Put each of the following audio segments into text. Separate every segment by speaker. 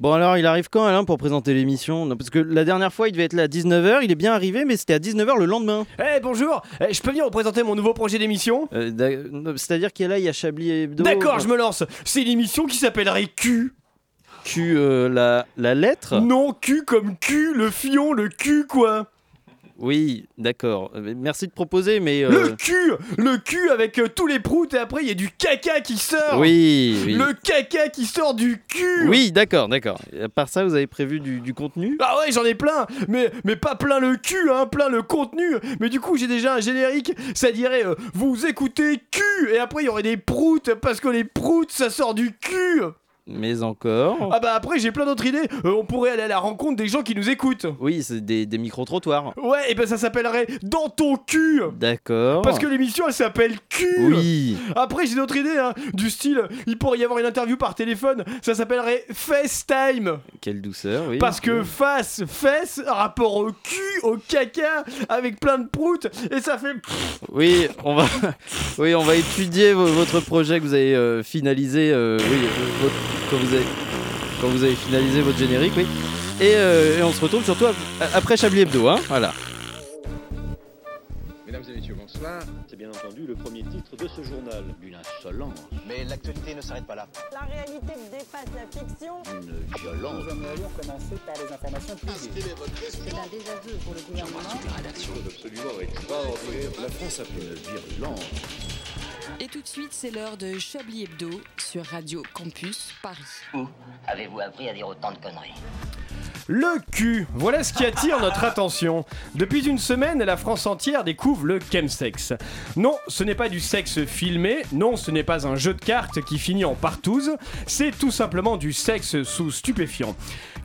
Speaker 1: Bon, alors, il arrive quand, Alain, pour présenter l'émission Non, Parce que la dernière fois, il devait être là à 19h, il est bien arrivé, mais c'était à 19h le lendemain.
Speaker 2: Eh bonjour, Eh, je peux venir vous présenter mon nouveau projet d'émission
Speaker 1: Euh, d'a- euh, C'est-à-dire qu'il y a là, il y a Chablis et Hebdo. euh,
Speaker 2: D'accord, je me lance. C'est l'émission qui s'appellerait Q.
Speaker 1: Q, euh, la, la lettre
Speaker 2: Non, Q comme Q, le fion, le Q quoi.
Speaker 1: Oui, d'accord. Euh, Merci de proposer, mais. euh,
Speaker 2: Le Q, le Q avec euh, tous les proutes et après il y a du caca qui sort.
Speaker 1: Oui, oui.
Speaker 2: Le caca qui sort du cul.
Speaker 1: Oui, d'accord, d'accord. Et À part ça, vous avez prévu du, du contenu
Speaker 2: Ah ouais, j'en ai plein, mais, mais pas plein le cul, hein, plein le contenu. Mais du coup, j'ai déjà un générique, ça dirait euh, vous écoutez cul, et après il y aurait des proutes, parce que les proutes ça sort du cul.
Speaker 1: Mais encore.
Speaker 2: Ah bah après, j'ai plein d'autres idées, Euh, on pourrait aller à la rencontre des gens qui nous écoutent.
Speaker 1: Oui, c'est des, des micro-trottoirs.
Speaker 2: Ouais, et ben ça s'appellerait dans ton cul.
Speaker 1: D'accord.
Speaker 2: Parce que l'émission elle s'appelle cul.
Speaker 1: Ah. Oui.
Speaker 2: Après, j'ai d'autres idées, hein, du style, il pourrait y avoir une interview par téléphone, ça s'appellerait FaceTime.
Speaker 1: Quelle douceur, oui.
Speaker 2: Parce que face, fesse, rapport au cul, au caca, avec plein de proutes, et ça fait.
Speaker 1: Oui, on va, oui, on va étudier vo- votre projet que vous avez euh, finalisé. euh, oui, euh, votre- quand, vous avez, quand vous avez finalisé votre générique, oui. Et, euh, et on se retrouve surtout ap- après Chablis Hebdo, hein. Voilà.
Speaker 3: Mesdames et messieurs, bonsoir.
Speaker 4: C'est bien entendu le premier titre de ce journal. Une insolence,
Speaker 5: Mais l'actualité ne s'arrête pas là.
Speaker 6: La réalité dépasse la fiction.
Speaker 4: une violence.
Speaker 6: C'est un désaveu pour le gouvernement.
Speaker 7: Et tout de suite, c'est l'heure de Chablis Hebdo sur Radio Campus Paris.
Speaker 8: Où avez-vous appris à dire autant de conneries
Speaker 2: Le cul, voilà ce qui attire notre attention. Depuis une semaine, la France entière découvre le chemsex. Non, ce n'est pas du sexe filmé, non, ce n'est pas un jeu de cartes qui finit en partouze, c'est tout simplement du sexe sous stupéfiant.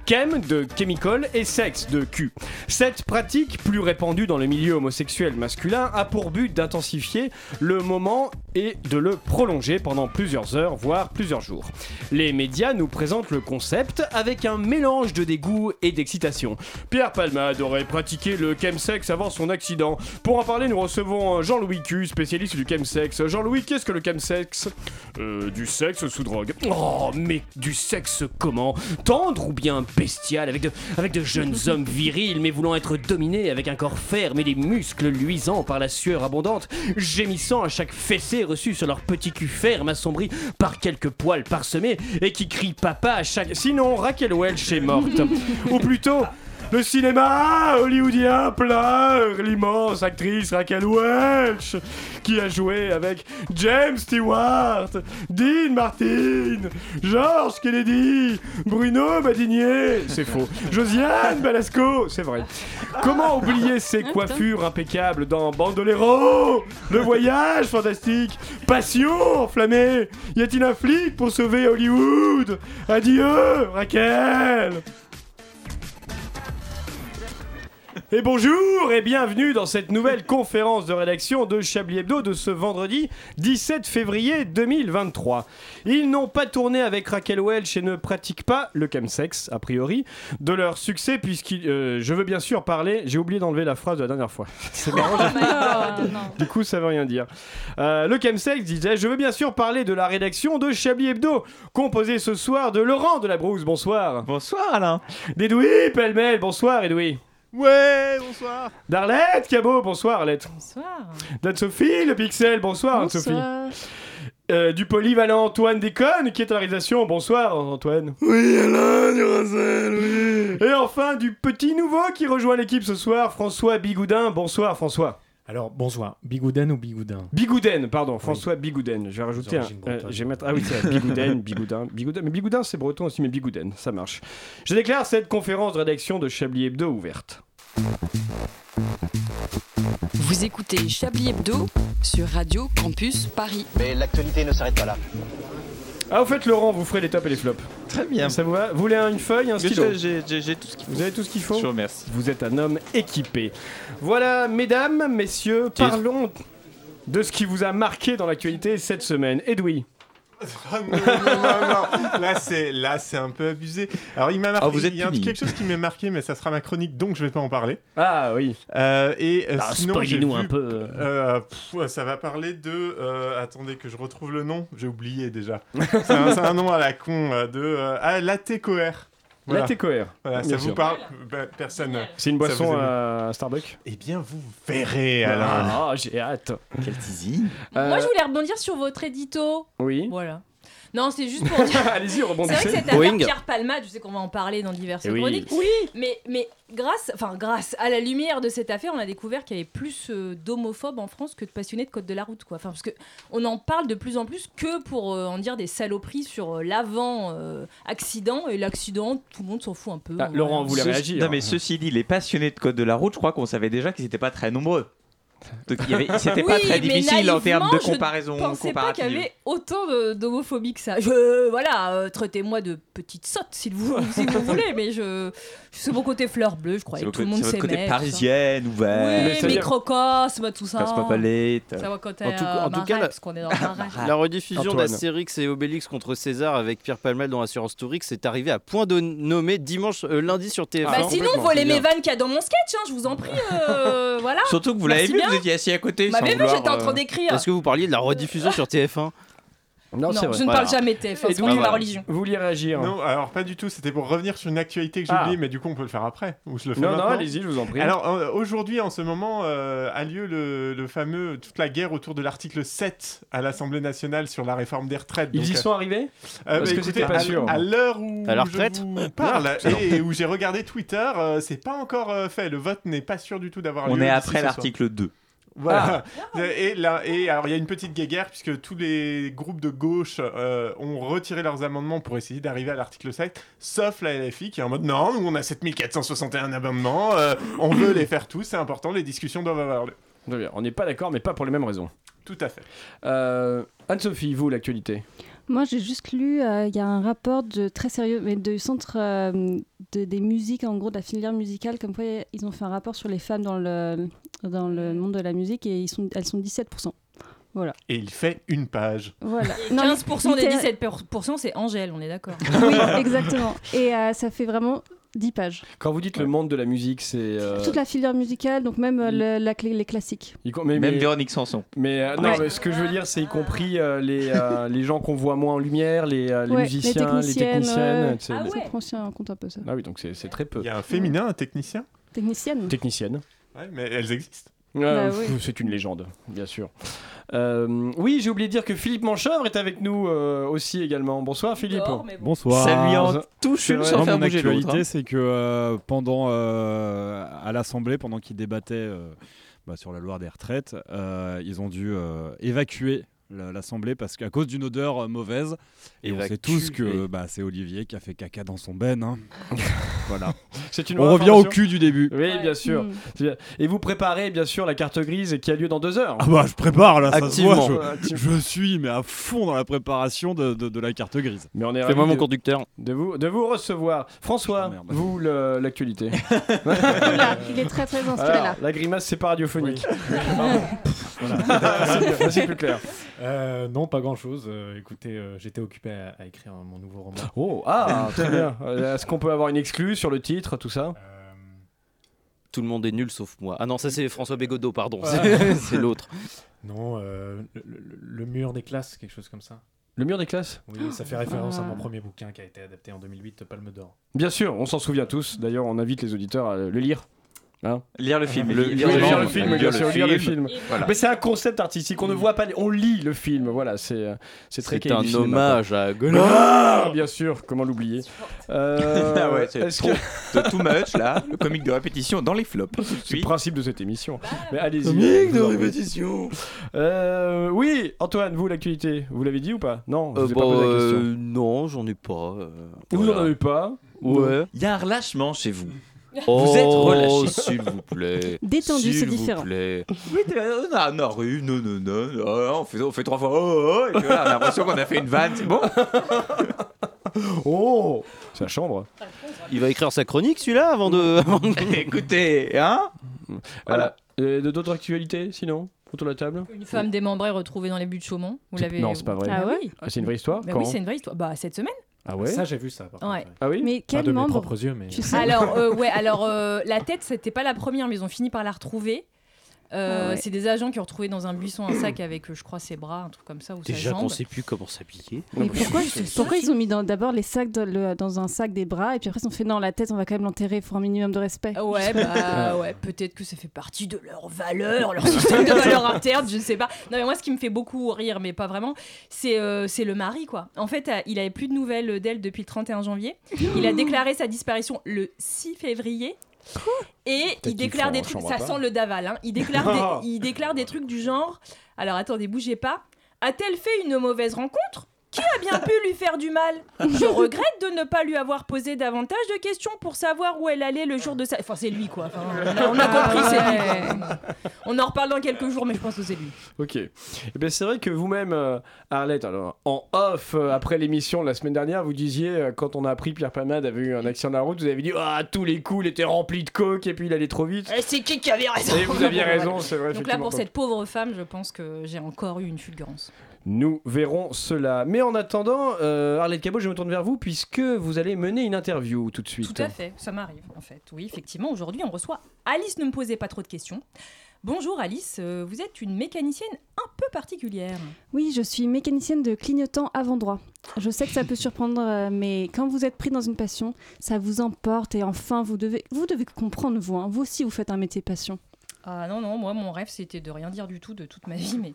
Speaker 2: Chem de chemical et sexe de cul. Cette pratique, plus répandue dans le milieu homosexuel masculin, a pour but d'intensifier le moment et de le prolonger pendant plusieurs heures, voire plusieurs jours. Les médias nous présentent le concept avec un mélange de dégoût et d'excitation. Pierre Palmade aurait pratiqué le chemsex avant son accident. Pour en parler, nous recevons euh, Jean-Louis Q, spécialiste du chemsex. Jean-Louis, qu'est-ce que le chemsex euh, Du sexe sous drogue. Oh, mais du sexe comment Tendre ou bien bestial, avec de, avec de jeunes hommes virils, mais voulant être dominés avec un corps ferme et des muscles luisants par la sueur abondante, gémissant à chaque fessée reçue sur leur petit cul ferme, assombri par quelques poils parsemés, et qui crient papa à chaque... Sinon, Raquel Welch est morte. ou plutôt... Le cinéma hollywoodien pleure l'immense actrice Raquel Welch qui a joué avec James Stewart, Dean Martin, George Kennedy, Bruno Badinier, c'est faux, Josiane Balasco, c'est vrai. Comment oublier ses coiffures impeccables dans Bandolero, Le Voyage Fantastique, Passion Enflammée Y a-t-il un flic pour sauver Hollywood Adieu Raquel et bonjour et bienvenue dans cette nouvelle conférence de rédaction de Chablis Hebdo de ce vendredi 17 février 2023. Ils n'ont pas tourné avec Raquel Welch et ne pratiquent pas le chemsex, a priori, de leur succès puisqu'ils... euh, je veux bien sûr parler... J'ai oublié d'enlever la phrase de la dernière fois. C'est marrant, j'ai- du coup, ça veut rien dire. Euh, le chemsex disait Je veux bien sûr parler de la rédaction de Chablis Hebdo, composée ce soir de Laurent de la Brousse. Bonsoir.
Speaker 9: Bonsoir Alain.
Speaker 2: D'Edoui Pellemel. Bonsoir, Edoui.
Speaker 9: Ouais, bonsoir.
Speaker 2: D'Arlette Cabot, bonsoir Arlette.
Speaker 10: Bonsoir.
Speaker 2: D'Anne-Sophie Le Pixel, bonsoir Anne-Sophie. Euh, du polyvalent Antoine Déconne qui est à la réalisation, bonsoir Antoine.
Speaker 9: Oui Alain Duracell, oui.
Speaker 2: Et enfin du petit nouveau qui rejoint l'équipe ce soir, François Bigoudin, bonsoir François.
Speaker 11: Alors, bonsoir, Bigouden ou Bigoudin
Speaker 2: Bigouden, pardon, François Bigouden. Je vais rajouter un.
Speaker 11: origines
Speaker 2: euh,
Speaker 11: bretonnes.
Speaker 2: je vais mettre- ah oui, c'est vrai, Bigouden, Bigoudin, Bigouden. Mais Bigoudin, c'est breton aussi, mais Bigouden, ça marche. Je déclare cette conférence de rédaction de Chablis Hebdo ouverte.
Speaker 7: Vous écoutez Chablis Hebdo sur Radio Campus Paris.
Speaker 5: Mais l'actualité ne s'arrête pas là.
Speaker 2: Ah, au fait, Laurent, vous ferez les tops et les flops.
Speaker 9: Très bien.
Speaker 2: Ça vous va Vous voulez un- une feuille, un stylo
Speaker 9: J'ai- J'ai j'ai- j'ai tout ce qu'il
Speaker 2: Vous avez tout ce qu'il
Speaker 9: faut.
Speaker 2: faut
Speaker 9: Je vous remercie.
Speaker 2: Vous êtes un homme équipé. Voilà, mesdames, messieurs, parlons de ce qui vous a marqué dans l'actualité cette semaine. Edoui.
Speaker 9: Ah, non, non, non, non. Là, c'est là, c'est un peu abusé. Alors, il m'a marqué.
Speaker 4: Ah, vous êtes
Speaker 9: il y a un-
Speaker 4: puni.
Speaker 9: quelque chose qui m'a marqué, mais ça sera ma chronique, donc je vais pas en parler.
Speaker 2: Ah oui.
Speaker 9: Euh, et euh,
Speaker 2: Ah,
Speaker 9: sinon, j'ai
Speaker 2: spoilez-nous
Speaker 9: vu-
Speaker 2: un peu.
Speaker 9: Euh, pff, ça va parler de. euh, attendez que je retrouve le nom. J'ai oublié déjà. C'est un, c'est un nom à la con euh, de euh, ah, l'AT Coer. Voilà.
Speaker 2: La TCOR.
Speaker 9: Voilà, ça
Speaker 2: Bien
Speaker 9: vous
Speaker 2: sûr.
Speaker 9: parle bah, Personne.
Speaker 2: C'est une
Speaker 9: Ça
Speaker 2: boisson euh,
Speaker 9: vous aime.
Speaker 2: à Starbucks
Speaker 9: Eh bien, vous verrez, Alain.
Speaker 2: Ah, j'ai hâte. Euh,
Speaker 1: Quel teasing
Speaker 3: Moi, je voulais rebondir sur votre édito.
Speaker 2: Oui.
Speaker 3: Voilà. Non, c'est juste pour dire.
Speaker 2: Allez-y,
Speaker 3: C'est vrai que
Speaker 2: rebondissez.
Speaker 3: cette affaire
Speaker 1: Boeing.
Speaker 3: Pierre Palmade, je sais qu'on va en parler dans diverses
Speaker 2: Eh oui.
Speaker 3: chroniques. Mais, mais grâce, enfin grâce à la lumière de cette affaire, on a découvert qu'il y avait plus euh, d'homophobes en France que de passionnés de code de la route, quoi. Enfin, parce que on en parle de plus en plus que pour euh, en dire des saloperies sur euh, l'avant euh, accident et l'accident, tout le monde s'en fout un peu.
Speaker 2: Ah,
Speaker 3: hein, voilà.
Speaker 2: Laurent, vous voulez
Speaker 10: Ce-
Speaker 2: réagir
Speaker 10: Non, mais ceci dit, les passionnés de code de la route, je crois qu'on savait déjà qu'ils n'étaient pas très nombreux. Donc, il y avait- c'était pas
Speaker 3: Oui, mais
Speaker 10: très difficile en termes de
Speaker 3: naïvement, je
Speaker 10: comparaison.
Speaker 3: Je pensais pas qu'il y
Speaker 10: comparative.
Speaker 3: avait autant de- d'homophobie que ça. Je, voilà, euh, traitez-moi de petite sotte si vous, si vous voulez, mais je, c'est mon côté fleur bleue, je
Speaker 10: C'est
Speaker 3: croyais que
Speaker 10: votre
Speaker 3: tout le monde
Speaker 10: c'est votre
Speaker 3: s'aimait.
Speaker 10: côté
Speaker 3: tout ça.
Speaker 10: parisienne, ouvert.
Speaker 3: Oui,
Speaker 2: c'est-à-dire-
Speaker 3: microcosme, tout ça.
Speaker 10: Casse pas palette.
Speaker 3: Ça va quand t'es
Speaker 1: En tout-
Speaker 3: euh,
Speaker 1: en tout
Speaker 3: Marais,
Speaker 1: cas, la-
Speaker 3: parce qu'on est dans le Marais.
Speaker 1: La rediffusion
Speaker 2: Ah, Antoine.
Speaker 1: d'Astérix et Obélix contre César avec Pierre Palmel dans Assurance Tourix c'est arrivé à point de nommé dimanche, euh, lundi sur TF1.
Speaker 2: Ah,
Speaker 3: bah
Speaker 2: non,
Speaker 3: sinon,
Speaker 2: complètement,
Speaker 3: volez
Speaker 2: c'est bien.
Speaker 3: mes vannes qu'il y a dans mon sketch, hein, je vous en prie. euh, voilà.
Speaker 10: Surtout que vous
Speaker 3: Merci
Speaker 10: l'avez vu,
Speaker 3: bien.
Speaker 10: vous étiez assis à côté.
Speaker 3: Vous
Speaker 10: sans
Speaker 3: m'avez vu,
Speaker 10: vouloir,
Speaker 3: j'étais en train
Speaker 10: euh,
Speaker 3: d'écrire. Ah.
Speaker 1: Est-ce que vous parliez de la rediffusion sur TF1
Speaker 2: Non,
Speaker 3: Non,
Speaker 2: c'est vrai.
Speaker 3: je ne
Speaker 1: Voilà.
Speaker 3: parle jamais de TF1, c'est
Speaker 1: donc,
Speaker 3: ma
Speaker 1: voilà.
Speaker 3: religion.
Speaker 2: Vous vouliez réagir
Speaker 9: Non, alors pas du tout. C'était pour revenir sur une actualité que j'ai
Speaker 2: Ah.
Speaker 9: oubliée, mais du coup, on peut le faire après. Ou je le fais
Speaker 2: Non, non,
Speaker 9: maintenant.
Speaker 2: allez-y, je vous en prie.
Speaker 9: Alors euh, aujourd'hui, en ce moment, euh, a lieu le, le fameux toute la guerre autour de l'article 7 à l'Assemblée nationale sur la réforme des retraites.
Speaker 2: ils
Speaker 9: Donc,
Speaker 2: y sont
Speaker 9: euh,
Speaker 2: arrivés parce
Speaker 9: bah,
Speaker 2: que
Speaker 9: écoutez,
Speaker 2: j'étais pas
Speaker 9: à-
Speaker 2: sûr.
Speaker 9: À, l'heure où
Speaker 1: À la retraite
Speaker 9: je vous parle et où j'ai regardé Twitter, euh, c'est pas encore euh, fait. Le vote n'est pas sûr du tout d'avoir lieu.
Speaker 10: On est
Speaker 9: d'ici
Speaker 10: après
Speaker 9: ce soir.
Speaker 10: l'article 2.
Speaker 9: Voilà. Et, là, et alors, il y a une petite guéguerre, puisque tous les groupes de gauche euh, ont retiré leurs amendements pour essayer d'arriver à l'article 7, sauf la LFI qui est en mode non, nous on a 7461 amendements, euh, on veut les faire tous, c'est important, les discussions doivent avoir lieu.
Speaker 2: Très bien. On n'est pas d'accord, mais pas pour les mêmes raisons.
Speaker 9: Tout à fait.
Speaker 2: Euh, Anne-Sophie, vous, l'actualité
Speaker 3: Moi, j'ai juste lu, euh, il y a un rapport de très sérieux, mais du centre euh, de- des musiques, en gros, de la filière musicale, comme quoi ils ont fait un rapport sur les femmes dans le, dans le monde de la musique et ils sont, elles sont 17%.
Speaker 9: Et il fait une page.
Speaker 3: Voilà. 15% des 17%, c'est Angèle, on est d'accord.
Speaker 9: Oui,
Speaker 3: exactement. Et euh, ça fait vraiment 10 pages.
Speaker 2: Quand vous dites le monde de la musique, c'est. euh,
Speaker 3: la filière musicale, donc même
Speaker 2: euh,
Speaker 3: les classiques.
Speaker 2: y com- mais,
Speaker 10: Même
Speaker 2: mais-
Speaker 10: Véronique Sanson.
Speaker 2: mais, euh, non,
Speaker 3: Ouais.
Speaker 2: mais ce que je veux dire, c'est y compris euh, les, euh, les gens qu'on voit moins en lumière, les, euh, les
Speaker 3: Ouais, les
Speaker 2: musiciens, les
Speaker 3: techniciennes,
Speaker 2: techniciennes.
Speaker 3: ouais.
Speaker 2: c'est-
Speaker 3: Ah ouais Technicien compte un peu ça.
Speaker 2: Ah oui, donc c'est c'est très peu.
Speaker 9: Il y a un féminin, un technicien
Speaker 3: Technicienne
Speaker 2: Technicienne.
Speaker 9: Ouais, mais elles existent.
Speaker 2: Euh,
Speaker 3: Bah oui.
Speaker 2: pff, C'est une légende, bien sûr. Euh, oui, j'ai oublié de dire que Philippe Manchevre est avec nous euh, aussi également. Bonsoir Philippe.
Speaker 11: Bonsoir.
Speaker 10: Ça lui en touche
Speaker 2: C'est
Speaker 10: une
Speaker 2: vrai.
Speaker 10: sans
Speaker 11: Non,
Speaker 10: faire
Speaker 11: mon
Speaker 10: bouger l'autre.
Speaker 11: actualité,
Speaker 10: hein.
Speaker 11: c'est que euh, pendant euh, à l'Assemblée, pendant qu'ils débattaient euh, bah, sur la loi des retraites, euh, ils ont dû euh, évacuer la- l'Assemblée parce qu'à cause d'une odeur euh, mauvaise. Et on sait tous que bah, c'est Olivier qui a fait caca dans son ben. hein. voilà.
Speaker 2: C'est une
Speaker 11: On
Speaker 2: vraie
Speaker 11: revient au
Speaker 2: information.
Speaker 11: cul du début.
Speaker 2: Oui, bien sûr.
Speaker 10: Mm.
Speaker 2: Et vous préparez bien sûr la carte grise qui a lieu dans deux heures.
Speaker 11: Ah bah je prépare là, ça se voit,
Speaker 1: Activement.
Speaker 11: je- Je, suis mais à fond dans la préparation de, de- de la carte grise.
Speaker 2: Mais on est
Speaker 1: Fais-moi
Speaker 2: ravis
Speaker 1: mon
Speaker 2: de-
Speaker 1: conducteur.
Speaker 2: de vous, de vous recevoir. François,
Speaker 11: Oh, merde.
Speaker 2: vous le- l'actualité.
Speaker 3: il est très très inspiré
Speaker 2: Alors, la grimace c'est pas radiophonique. Ah, C'est mieux, c'est plus clair.
Speaker 11: Euh, non, pas grand chose. écoutez, euh, j'étais occupé à, écrire mon nouveau roman.
Speaker 2: Oh ah très bien. Euh, Est-ce qu'on peut avoir une exclue sur le titre tout ça
Speaker 1: Tout le monde est nul sauf moi. Ah non, ça c'est François Bégodeau, pardon. C'est c'est l'autre.
Speaker 11: Non, euh, le, mur des classes, quelque chose comme ça.
Speaker 2: Le mur des classes.
Speaker 11: Oui, ça fait référence
Speaker 3: à
Speaker 12: Euh,
Speaker 2: ah.
Speaker 3: mon
Speaker 11: premier bouquin qui a été adapté en 2008, Palme d'Or.
Speaker 2: Bien sûr, on s'en souvient tous. D'ailleurs, on invite les auditeurs à le lire.
Speaker 10: Lire le film.
Speaker 2: Lire,
Speaker 1: Lire
Speaker 2: le film,
Speaker 1: le film,
Speaker 2: bien sûr, lire le film.
Speaker 10: Voilà.
Speaker 2: Mais c'est un concept artistique. On ne voit pas, les- on lit le film. Voilà, c'est euh, c'est très
Speaker 1: C'est
Speaker 2: cahier du
Speaker 1: un
Speaker 2: cinéma, quoi.
Speaker 1: hommage à Godard.
Speaker 2: Ah, bien sûr, comment l'oublier Euh,
Speaker 10: Ah ouais, c'est
Speaker 2: Est-ce
Speaker 10: trop.
Speaker 2: que
Speaker 10: De Too Much, là, le comique de répétition dans les flops.
Speaker 2: c'est le
Speaker 10: Oui.
Speaker 2: principe de cette émission Mais allez-y.
Speaker 1: de
Speaker 2: vous en-
Speaker 1: répétition.
Speaker 2: Euh, oui, Antoine, vous l'actualité, vous l'avez dit ou pas Non, je
Speaker 1: Euh,
Speaker 2: vous ai
Speaker 1: bah,
Speaker 2: pas posé la question.
Speaker 1: euh, non, j'en ai pas. euh,
Speaker 2: Vous
Speaker 1: voilà.
Speaker 2: n'en avez pas
Speaker 1: Ouais.
Speaker 10: Il y a un relâchement chez vous.
Speaker 1: Oh,
Speaker 10: êtes relâché.
Speaker 1: s'il vous plaît.
Speaker 3: Détendu,
Speaker 1: S'il
Speaker 3: c'est
Speaker 1: vous
Speaker 3: différent.
Speaker 1: plaît.
Speaker 10: Oui, t'es- euh, non, non, oui, non, non, non, non, on fait, on fait trois fois oh, oh, et puis voilà, on a l'impression qu'on a fait une vanne, c'est bon
Speaker 2: Oh C'est la chambre.
Speaker 1: Il va écrire sa chronique celui-là avant de. avant de-
Speaker 10: Écoutez, hein
Speaker 2: Voilà. Et de- d'autres actualités sinon autour de la table
Speaker 3: Une femme démembrée retrouvée dans les buts de Chaumont. Vous
Speaker 2: C'est-
Speaker 3: l'avez
Speaker 2: non, c'est pas vrai.
Speaker 3: Ah ouais
Speaker 2: Ah, C'est une vraie histoire
Speaker 3: Bah
Speaker 2: Quand
Speaker 3: oui, c'est une vraie histoire. Bah cette semaine.
Speaker 2: Ah ouais
Speaker 11: j'ai vu ça. Par
Speaker 3: contre, Ouais.
Speaker 2: Ah oui
Speaker 3: Mais quel
Speaker 11: yeux, mais.
Speaker 3: Alors euh, ouais, alors euh, la tête, c'était pas la première, mais ils ont fini par la retrouver. Euh,
Speaker 13: Ah ouais.
Speaker 3: C'est des agents qui ont retrouvé dans un buisson un sac avec, euh, je crois, ses bras, un truc comme ça, ou sa
Speaker 12: Déjà
Speaker 3: jambe.
Speaker 12: qu'on sait plus comment s'habiller.
Speaker 13: Mais pourquoi, pourquoi ils ont mis dans- d'abord les sacs dans, le- dans un sac des bras et puis après ils ont fait non la tête on va quand même l'enterrer pour un minimum de respect.
Speaker 3: Ah Ouais, bah ouais, peut-être que ça fait partie de leurs valeurs, leur système de valeurs internes, je ne sais pas. Non, mais moi, ce qui me fait beaucoup rire, mais pas vraiment, c'est euh, c'est le mari, quoi. En fait, euh, il avait plus de nouvelles d'elle depuis le 31 janvier. Il
Speaker 14: Oh.
Speaker 3: a déclaré sa disparition le 6 février. Et il
Speaker 14: qu'il
Speaker 3: déclare
Speaker 14: faut
Speaker 3: des
Speaker 14: en
Speaker 3: trucs,
Speaker 14: chambre
Speaker 3: ça
Speaker 14: à part.
Speaker 3: sent le daval, hein. Il déclare, des, il déclare des trucs du genre Alors attendez, bougez pas. A-t-elle fait une mauvaise rencontre Qui a bien pu lui faire du mal Je regrette de ne pas lui avoir posé davantage de questions pour savoir où elle allait le jour de sa. Enfin, c'est lui quoi. Enfin, là, on a compris, c'est lui. quoi. On en reparle dans quelques jours, mais je pense que c'est lui.
Speaker 2: Ok. Eh bien, c'est vrai que vous-même, euh, Arlette, alors, en off, euh, après l'émission la semaine dernière, vous disiez, euh, quand on a appris que Pierre Palmade avait eu un accident de la route, vous avez dit Ah, tous les coups, il était rempli de coke et puis il allait trop vite.
Speaker 3: Eh, C'est qui qui avait raison
Speaker 2: Et vous aviez raison, c'est vrai,
Speaker 3: Donc là, pour
Speaker 2: effectivement.
Speaker 3: cette pauvre femme, je pense que j'ai encore eu une fulgurance.
Speaker 2: Nous verrons cela. Mais en attendant, euh, Arlette Cabot, je me tourne vers vous puisque vous allez mener une interview tout de suite.
Speaker 3: Tout à fait, ça m'arrive en fait. Oui, effectivement, aujourd'hui on reçoit Alice, ne me posez pas trop de questions. Bonjour Alice, euh, vous êtes une mécanicienne un peu particulière.
Speaker 13: Oui je suis mécanicienne de clignotant avant droit. Je sais que ça peut surprendre euh, mais quand vous êtes pris dans une passion ça vous emporte et enfin vous devez vous devez comprendre vous hein. vous aussi vous faites un métier passion.
Speaker 3: Ah non, non, moi mon rêve c'était de rien dire du tout de toute ma vie, mais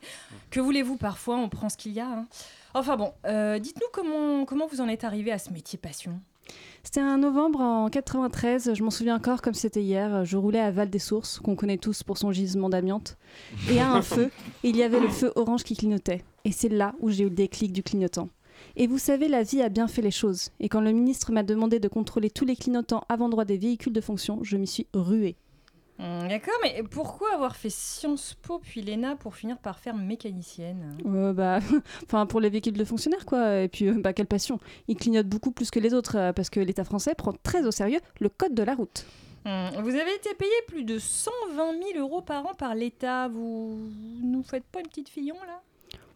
Speaker 3: que voulez-vous, parfois on prend ce qu'il y a. hein. Enfin bon, euh, dites-nous comment, comment vous en êtes arrivé à ce métier passion.
Speaker 13: C'était un novembre en 93, je m'en souviens encore comme c'était hier. Je roulais à Val des Sources, qu'on connaît tous pour son gisement d'amiante, et à un feu, il y avait le feu orange qui clignotait. Et c'est là où j'ai eu le déclic du clignotant. Et vous savez, la vie a bien fait les choses. Et quand le ministre m'a demandé de contrôler tous les clignotants avant droit des véhicules de fonction, je m'y suis ruée.
Speaker 3: Hum, D'accord, mais pourquoi avoir fait Sciences Po puis l'ENA pour finir par faire mécanicienne
Speaker 13: Euh, bah, enfin pour les véhicules de fonctionnaires quoi. Et puis euh, bah quelle passion. Ils clignotent beaucoup plus que les autres euh, parce que l'État français prend très au sérieux le code de la route.
Speaker 3: Hum, Vous avez été payé plus de 120 000 euros par an par l'État. Vous vous nous faites pas une petite fillon là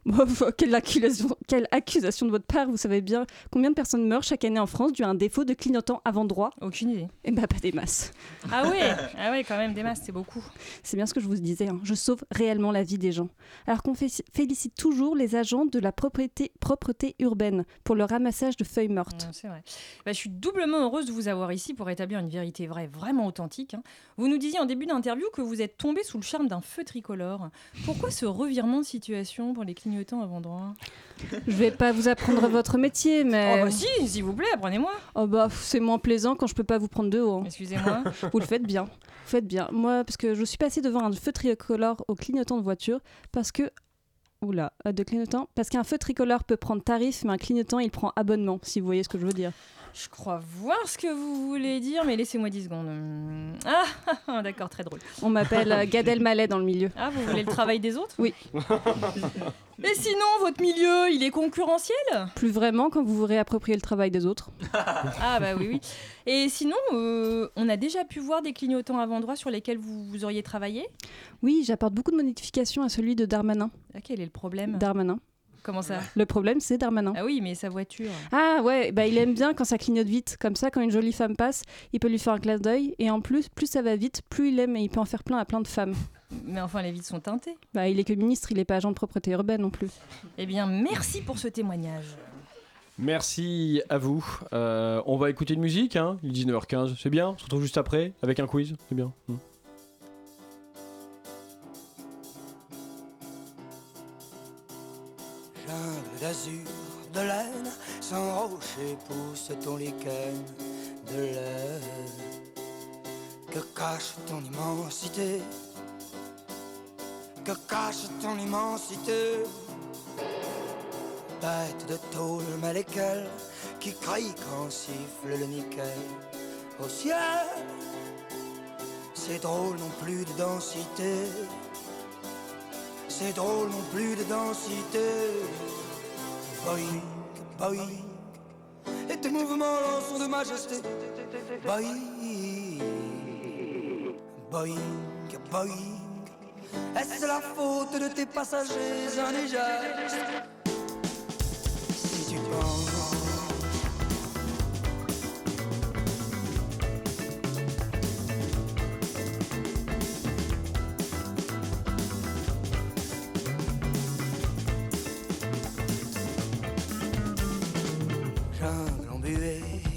Speaker 13: Bon, enfin, quelle, accusation, quelle accusation de votre part Vous savez bien combien de personnes meurent chaque année en France dû à un défaut de clignotant avant droit
Speaker 3: Aucune idée.
Speaker 13: Eh bah pas des masses.
Speaker 3: Ah ouais, ah ouais, quand même des masses, c'est beaucoup.
Speaker 13: C'est bien ce que je vous disais, hein. je sauve réellement la vie des gens. Alors qu'on fé- félicite toujours les agents de la propriété, propreté urbaine pour le ramassage de feuilles mortes.
Speaker 3: Ouais, C'est vrai. Bah, je suis doublement heureuse de vous avoir ici pour établir une vérité vraie, vraiment authentique. hein. Vous nous disiez en début d'interview que vous êtes tombé sous le charme d'un feu tricolore. Pourquoi ce revirement de situation pour les clignotants avant droit
Speaker 13: Je vais pas vous apprendre votre métier, mais...
Speaker 3: Oh bah si, s'il vous plaît, apprenez-moi.
Speaker 13: Oh bah, pff, c'est moins plaisant quand je peux pas vous prendre de haut. hein.
Speaker 3: Excusez-moi.
Speaker 13: vous le faites bien. Vous faites bien. Moi, parce que je suis passée devant un feu tricolore au clignotant de voiture, parce que. Oula, euh, de clignotant. Parce qu'un feu tricolore peut prendre tarif, mais un clignotant, il prend abonnement, si vous voyez ce que je veux dire.
Speaker 3: Je crois voir ce que vous voulez dire, mais laissez-moi 10 secondes. Hum, Ah, ah, ah, d'accord, très drôle.
Speaker 13: On m'appelle euh, Gad Elmaleh dans le milieu.
Speaker 3: Ah, vous voulez le travail des autres
Speaker 13: Oui.
Speaker 3: Et sinon, votre milieu, il est concurrentiel
Speaker 13: Plus vraiment quand vous vous réappropriez le travail des autres.
Speaker 3: Ah bah oui, oui. Et sinon, euh, on a déjà pu voir des clignotants avant droit sur lesquels vous, vous auriez travaillé
Speaker 13: Oui, j'apporte beaucoup de modifications à celui de Darmanin.
Speaker 3: Ah, Quel est le problème
Speaker 13: Darmanin.
Speaker 3: Comment ça
Speaker 13: Le problème, c'est Darmanin.
Speaker 3: Ah oui, mais sa voiture.
Speaker 13: Ah ouais, bah il aime bien quand ça clignote vite. Comme ça, quand une jolie femme passe, il peut lui faire un clin d'œil. Et en plus, plus ça va vite, plus il aime et il peut en faire plein à plein de femmes.
Speaker 3: Mais enfin, les vides sont teintées.
Speaker 13: Bah il est que ministre, il est pas agent de propreté urbaine non plus.
Speaker 3: Eh bien, merci pour ce témoignage.
Speaker 2: Merci à vous. Euh, on va écouter une musique, hein. il est 19h15, c'est bien. On se retrouve juste après avec un quiz, c'est bien. Hmm.
Speaker 15: Jungle d'azur, de laine, sans rocher pousse ton lichen de laine. Que cache ton immensité Que cache ton immensité Bête de tôle, mais lesquelles qui crie quand siffle le nickel au ciel C'est drôle non plus de densité c'est drôle non plus de densité. Boing, boing, et tes mouvements lançons de majesté. Boing, boing, boing, est-ce la faute de tes passagers indigènes Si tu penses.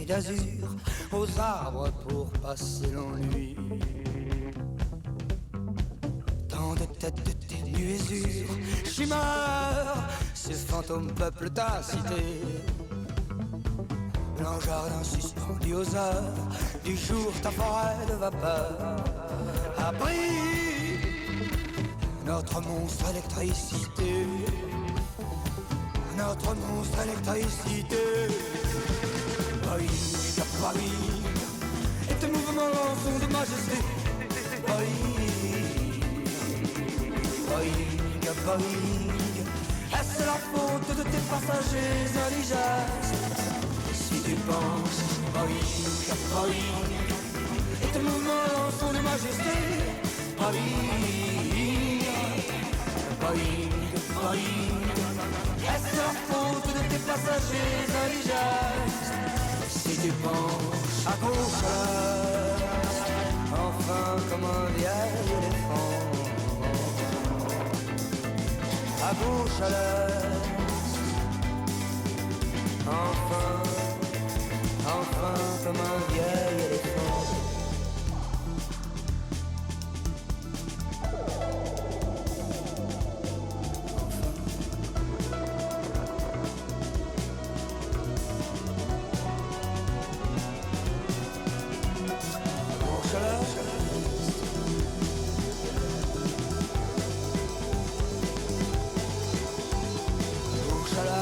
Speaker 15: d'azur aux arbres pour passer l'ennui. Tant de têtes de ténues usures chimèrent, ces fantômes peuplent ta cité. Blanc jardin suspendu aux heures du jour, ta forêt de vapeur. Abri notre monstre électricité. Notre monstre électricité. Boing, Boing, et tes mouvements sont de majesté. Boing, Boing, Boing, est-ce la faute de tes passagers indigestes Si tu penses, Boing, Boing, et tes mouvements sont de majesté. Boing, Boing, Boing, est-ce la faute de tes passagers indigestes si tu penches à gauche, enfin comme un vieil éléphant. À gauche à l'est, enfin, enfin comme un vieil éléphant. Gauche à l'est, gauche à l'est,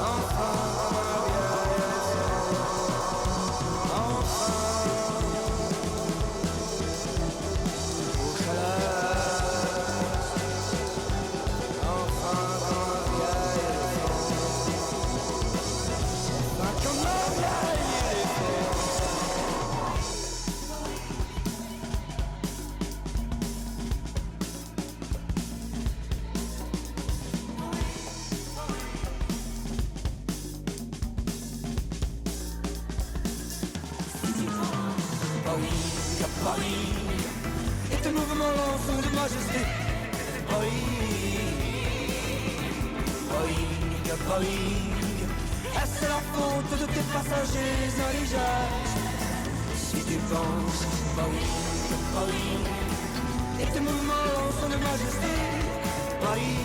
Speaker 15: enfin comme un vieil éléphant. Enfin, gauche à l'est, enfin comme un vieil éléphant. Enfin comme un vieil éléphant. Boing, boing, et tes mouvements sont de majesté. Boing, boing, boing, est-ce la faute de tes passagers indigestes Si tu penses, boing, boing, et tes mouvements sont de majesté. Boing,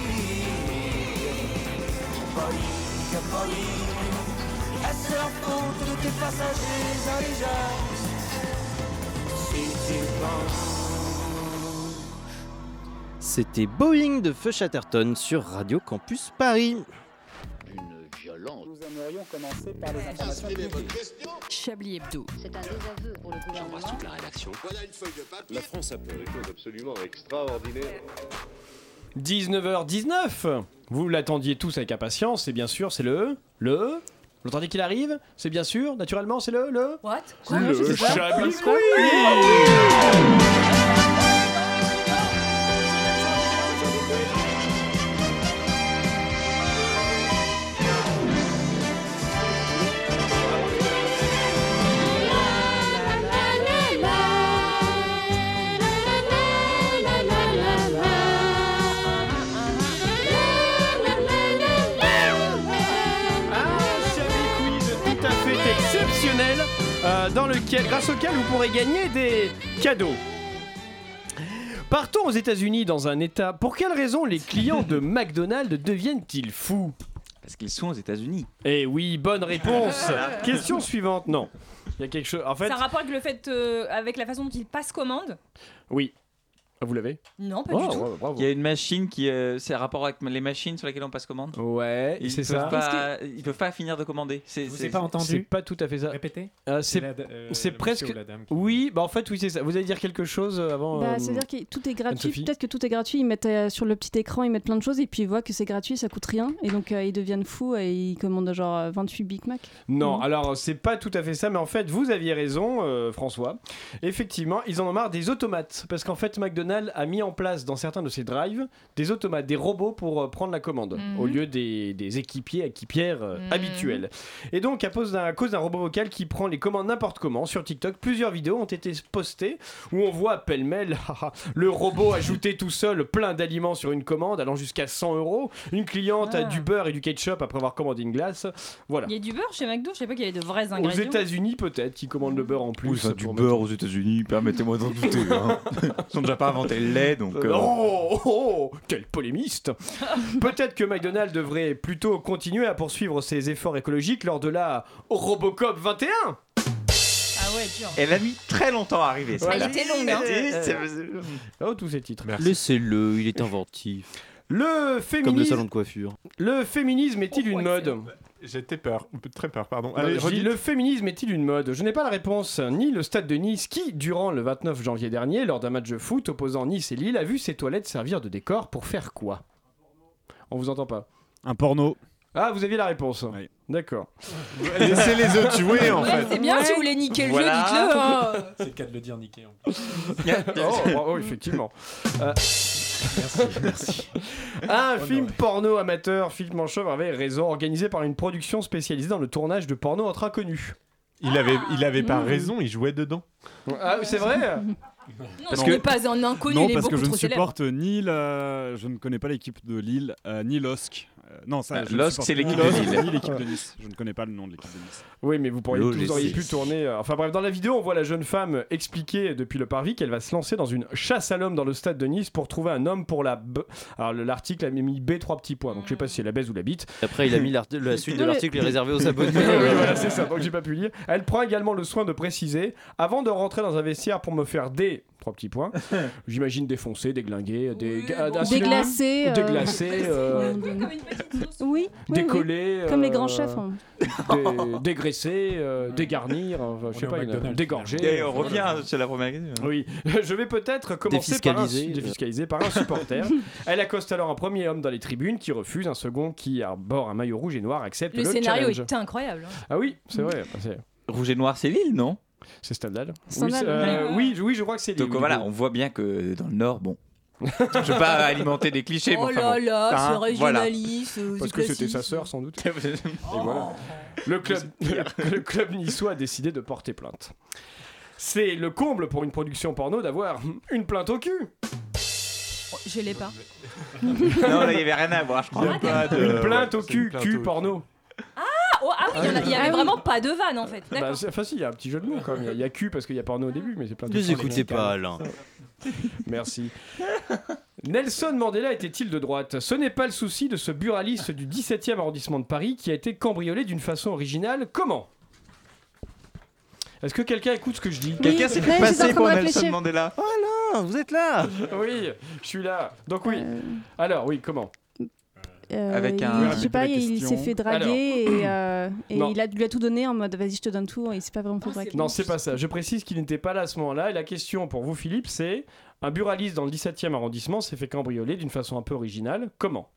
Speaker 15: boing, boing, est-ce la faute de tes passagers indigestes
Speaker 1: C'était Boeing de Feu Chatterton sur Radio Campus Paris.
Speaker 4: Violente.
Speaker 5: Nous aimerions commencer par les informations
Speaker 7: Chablis Hebdo.
Speaker 6: C'est un désaveu pour le gouvernement.
Speaker 4: toute la rédaction. Voilà une feuille de papier. La France a fait des choses absolument extraordinaires.
Speaker 2: 19h19 Vous l'attendiez tous avec impatience, et bien sûr, c'est le. Le. Vous attendez qu'il arrive C'est bien sûr, naturellement, c'est le. Le.
Speaker 3: What
Speaker 2: Quoi Le
Speaker 3: Je sais pas.
Speaker 2: Chablis
Speaker 3: Quoi
Speaker 2: Ah, tout à fait exceptionnel euh, dans lequel, grâce auquel vous pourrez gagner des cadeaux. Partons aux États-Unis dans un état. Pour quelle raison les clients de McDonald's deviennent-ils fous Parce qu'ils sont aux États-Unis. Eh oui, bonne réponse. Question suivante. Non, il y a quelque chose. En fait,
Speaker 3: Ça a rapport avec le fait, euh, avec la façon dont ils passent commande
Speaker 2: oui. Ah, Vous l'avez
Speaker 3: Non, pas du tout.
Speaker 10: Il y a une machine qui. euh, c'est un rapport avec les machines sur lesquelles on passe commande
Speaker 2: Ouais,
Speaker 10: ils
Speaker 2: c'est
Speaker 10: peuvent
Speaker 2: ça.
Speaker 10: Pas, ils peuvent pas finir de commander. C'est,
Speaker 2: Vous
Speaker 10: c'est-
Speaker 2: avez pas entendu C'est pas tout à fait ça.
Speaker 10: Répétez
Speaker 2: Euh,
Speaker 10: C'est
Speaker 2: c'est
Speaker 10: la- euh,
Speaker 2: c'est
Speaker 10: le
Speaker 2: presque.
Speaker 10: monsieur ou la dame qui-
Speaker 2: Oui, bah en fait, oui, c'est ça. Vous allez dire quelque chose euh, avant.
Speaker 13: Bah,
Speaker 2: euh,
Speaker 13: C'est-à-dire que tout est gratuit.
Speaker 2: Anne-Sophie
Speaker 13: Peut-être que tout est gratuit. Ils mettent euh, sur le petit écran, ils mettent plein de choses et puis ils voient que c'est gratuit, ça coûte rien. Et donc euh, ils deviennent fous et ils commandent genre euh, 28 Big Mac.
Speaker 2: Non,
Speaker 12: Mhm.
Speaker 2: alors c'est pas tout à fait ça, mais en fait, vous aviez raison, euh, François. Effectivement, ils en ont marre des automates. Parce qu'en fait, McDonald's nationale a mis en place dans certains de ses drives des automates, des robots pour euh, prendre la commande,
Speaker 12: Mhm.
Speaker 2: au lieu des, des équipiers, équipières euh,
Speaker 12: Mhm.
Speaker 2: habituels. Et donc, à cause d'un à cause d'un robot vocal qui prend les commandes n'importe comment sur TikTok, plusieurs vidéos ont été postées où on voit pêle-mêle haha, le robot ajouter tout seul plein d'aliments sur une commande allant jusqu'à 100 euros. Une cliente
Speaker 3: Ah.
Speaker 2: a du beurre et du ketchup après avoir commandé une glace. Voilà.
Speaker 3: Il y a du beurre chez McDo, je sais pas qu'il y avait de vrais
Speaker 2: Aux
Speaker 3: ingrédients.
Speaker 2: États-Unis, peut-être, qui commandent le beurre en plus.
Speaker 10: Oui, ça, du
Speaker 2: pour
Speaker 10: beurre aux États-Unis, permettez-moi d'en douter. hein. Ils n'ont déjà pas inventé le lait, donc. euh,
Speaker 2: Oh, oh, quel polémiste Peut-être que McDonald's devrait plutôt continuer à poursuivre ses efforts écologiques lors de la Robocop 21
Speaker 3: Ah ouais, dur.
Speaker 10: Elle a mis très longtemps à arriver.
Speaker 2: Voilà.
Speaker 10: celle-là. Elle était- hein.
Speaker 2: Oh, tous ces titres.
Speaker 1: Laissez-le, il est inventif.
Speaker 2: Le
Speaker 1: Comme le
Speaker 2: féminisme,
Speaker 1: salon de coiffure.
Speaker 2: le féminisme
Speaker 10: Oh,
Speaker 2: est-il une mode
Speaker 9: J'étais peur, très peur, pardon.
Speaker 2: Non,
Speaker 9: Allez,
Speaker 2: je dis,
Speaker 9: redis.
Speaker 2: le féminisme est-il une mode Je n'ai pas la réponse, ni le stade de Nice qui, durant le 29 janvier dernier, lors d'un match de foot opposant Nice et Lille, a vu ses toilettes servir de décor pour faire quoi On vous entend pas.
Speaker 11: Un porno.
Speaker 2: Ah, vous aviez la réponse. D'accord.
Speaker 9: Laissez les autres jouer, en
Speaker 3: Ouais, c'est bien, si vous voulez niquer le
Speaker 2: Voilà.
Speaker 3: jeu, dites-le. hein.
Speaker 12: C'est le cas de le dire, niquer. En
Speaker 2: oh, bravo, effectivement. Euh,
Speaker 12: merci.
Speaker 2: Un
Speaker 12: Honoré.
Speaker 2: film porno amateur, film en chauve avait raison, organisé par une production spécialisée dans le tournage de porno entre inconnus.
Speaker 9: Il avait, il avait
Speaker 12: Ah.
Speaker 9: pas raison, il jouait dedans.
Speaker 2: Ah, c'est vrai
Speaker 3: Non, il n'est pas un inconnu,
Speaker 11: non,
Speaker 3: il est
Speaker 11: parce
Speaker 3: beaucoup
Speaker 11: que je ne
Speaker 3: trop célèbre.
Speaker 11: supporte ni la... Je ne connais pas l'équipe de Lille, euh, ni l'OSC. Euh, non, ça.
Speaker 10: Ah,
Speaker 11: je ne
Speaker 10: l'OSC,
Speaker 11: supporte
Speaker 10: c'est l'équipe
Speaker 11: ni
Speaker 10: de
Speaker 11: l'OSC,
Speaker 10: Lille.
Speaker 11: Ni l'équipe de Nice. Je ne connais pas le nom de l'équipe de Nice.
Speaker 2: Oui, mais vous, pourriez,
Speaker 11: L'OGC.
Speaker 2: vous auriez pu tourner. euh, Enfin bref, dans la vidéo, on voit la jeune femme expliquer depuis le parvis qu'elle va se lancer dans une chasse à l'homme dans le stade de Nice pour trouver un homme pour la. b- Alors le- l'article a mis B trois petits points, donc je sais pas si c'est la baise ou la bite.
Speaker 1: Après, il a mis l'art- la suite de
Speaker 2: Non, mais-
Speaker 1: l'article est réservée aux abonnés.
Speaker 2: Oui, voilà, c'est ça, donc j'ai pas pu lire. Elle prend également le soin de préciser avant de rentrer dans un vestiaire pour me faire des. Trois petits points. J'imagine défoncer, déglinguer, des,
Speaker 13: Oui,
Speaker 2: un
Speaker 13: bon.
Speaker 2: synonyme-
Speaker 13: Déglacer, euh,
Speaker 2: déglacer, euh,
Speaker 13: Oui, oui,
Speaker 2: décoller,
Speaker 13: oui. Comme les
Speaker 2: euh,
Speaker 13: grands chefs. hein.
Speaker 3: Oh.
Speaker 2: dé- dégraisser, euh, dégarnir, euh, je sais
Speaker 10: est
Speaker 2: pas,
Speaker 10: au
Speaker 2: une-
Speaker 10: McDonald's.
Speaker 2: dégorger.
Speaker 10: Et on
Speaker 2: enfin, voilà.
Speaker 10: revient, c'est la première question.
Speaker 2: Oui, je vais peut-être commencer par un,
Speaker 10: Défiscalisé.
Speaker 2: défiscalisé par un supporter. Elle accoste alors un premier homme dans les tribunes qui refuse, un second qui arbore un maillot rouge et noir accepte le,
Speaker 3: Le scénario
Speaker 2: challenge.
Speaker 3: est incroyable. hein.
Speaker 2: Ah oui, c'est vrai. c'est-
Speaker 10: Rouge et noir, c'est Lille, non
Speaker 2: C'est Stendhal. Oui,
Speaker 3: Stendhal,
Speaker 2: c'est- euh,
Speaker 3: ouais.
Speaker 2: oui, je- oui, je crois que c'est Lille,
Speaker 10: Donc
Speaker 2: oui,
Speaker 10: voilà,
Speaker 2: du coup.
Speaker 10: on voit bien que dans le Nord, bon. Je vais pas alimenter des clichés.
Speaker 3: Oh
Speaker 10: mais
Speaker 3: là
Speaker 10: enfin bon.
Speaker 3: là,
Speaker 10: Hein,
Speaker 3: c'est
Speaker 10: voilà.
Speaker 3: régionaliste. euh,
Speaker 2: Parce
Speaker 3: c'est
Speaker 2: que c'était
Speaker 3: classique.
Speaker 2: sa sœur, sans doute. Et voilà. Le club, le club niçois a décidé de porter plainte. C'est le comble pour une production porno d'avoir une plainte au cul.
Speaker 3: Oh, Je l'ai pas.
Speaker 10: Non, là, il y avait rien à voir, je crois. Pas de-
Speaker 2: Une plainte au
Speaker 10: c'est
Speaker 2: cul,
Speaker 10: une plainte
Speaker 2: cul
Speaker 10: au-
Speaker 2: porno.
Speaker 3: Ah, oh, ah oui, il y en a- il y avait vraiment pas de vanne en fait.
Speaker 2: Bah,
Speaker 3: D'accord.
Speaker 2: c'est- enfin, si, il y a un petit jeu de mots quand même. Il y a- Il y a cul parce qu'il y a porno au début, mais c'est plein de
Speaker 1: Ne les écoutez pas, Alain.
Speaker 2: Merci. Nelson Mandela était-il de droite Ce n'est pas le souci de ce buraliste du 17e arrondissement de Paris qui a été cambriolé d'une façon originale. Comment Est-ce que quelqu'un écoute ce que je dis Oh
Speaker 10: Quelqu'un s'est fait passer pour Nelson Mandela.
Speaker 1: Voilà, vous êtes là
Speaker 2: Oui, je suis là. Donc oui. Euh. Alors oui, comment
Speaker 13: Euh,
Speaker 2: Avec
Speaker 13: il-
Speaker 2: un-
Speaker 13: je sais pas,
Speaker 2: Répétez la
Speaker 13: il s'est
Speaker 2: question.
Speaker 13: fait draguer
Speaker 2: Alors.
Speaker 13: et, euh, et
Speaker 2: Non.
Speaker 13: il a, lui a tout donné en mode vas-y, je te donne tout. Et il s'est pas vraiment fait draguer.
Speaker 2: Non, Ah, c'est pas ça. Je précise qu'il n'était pas là à ce moment-là. Et la question pour vous, Philippe, c'est un buraliste dans le 17e arrondissement s'est fait cambrioler d'une façon un peu originale. Comment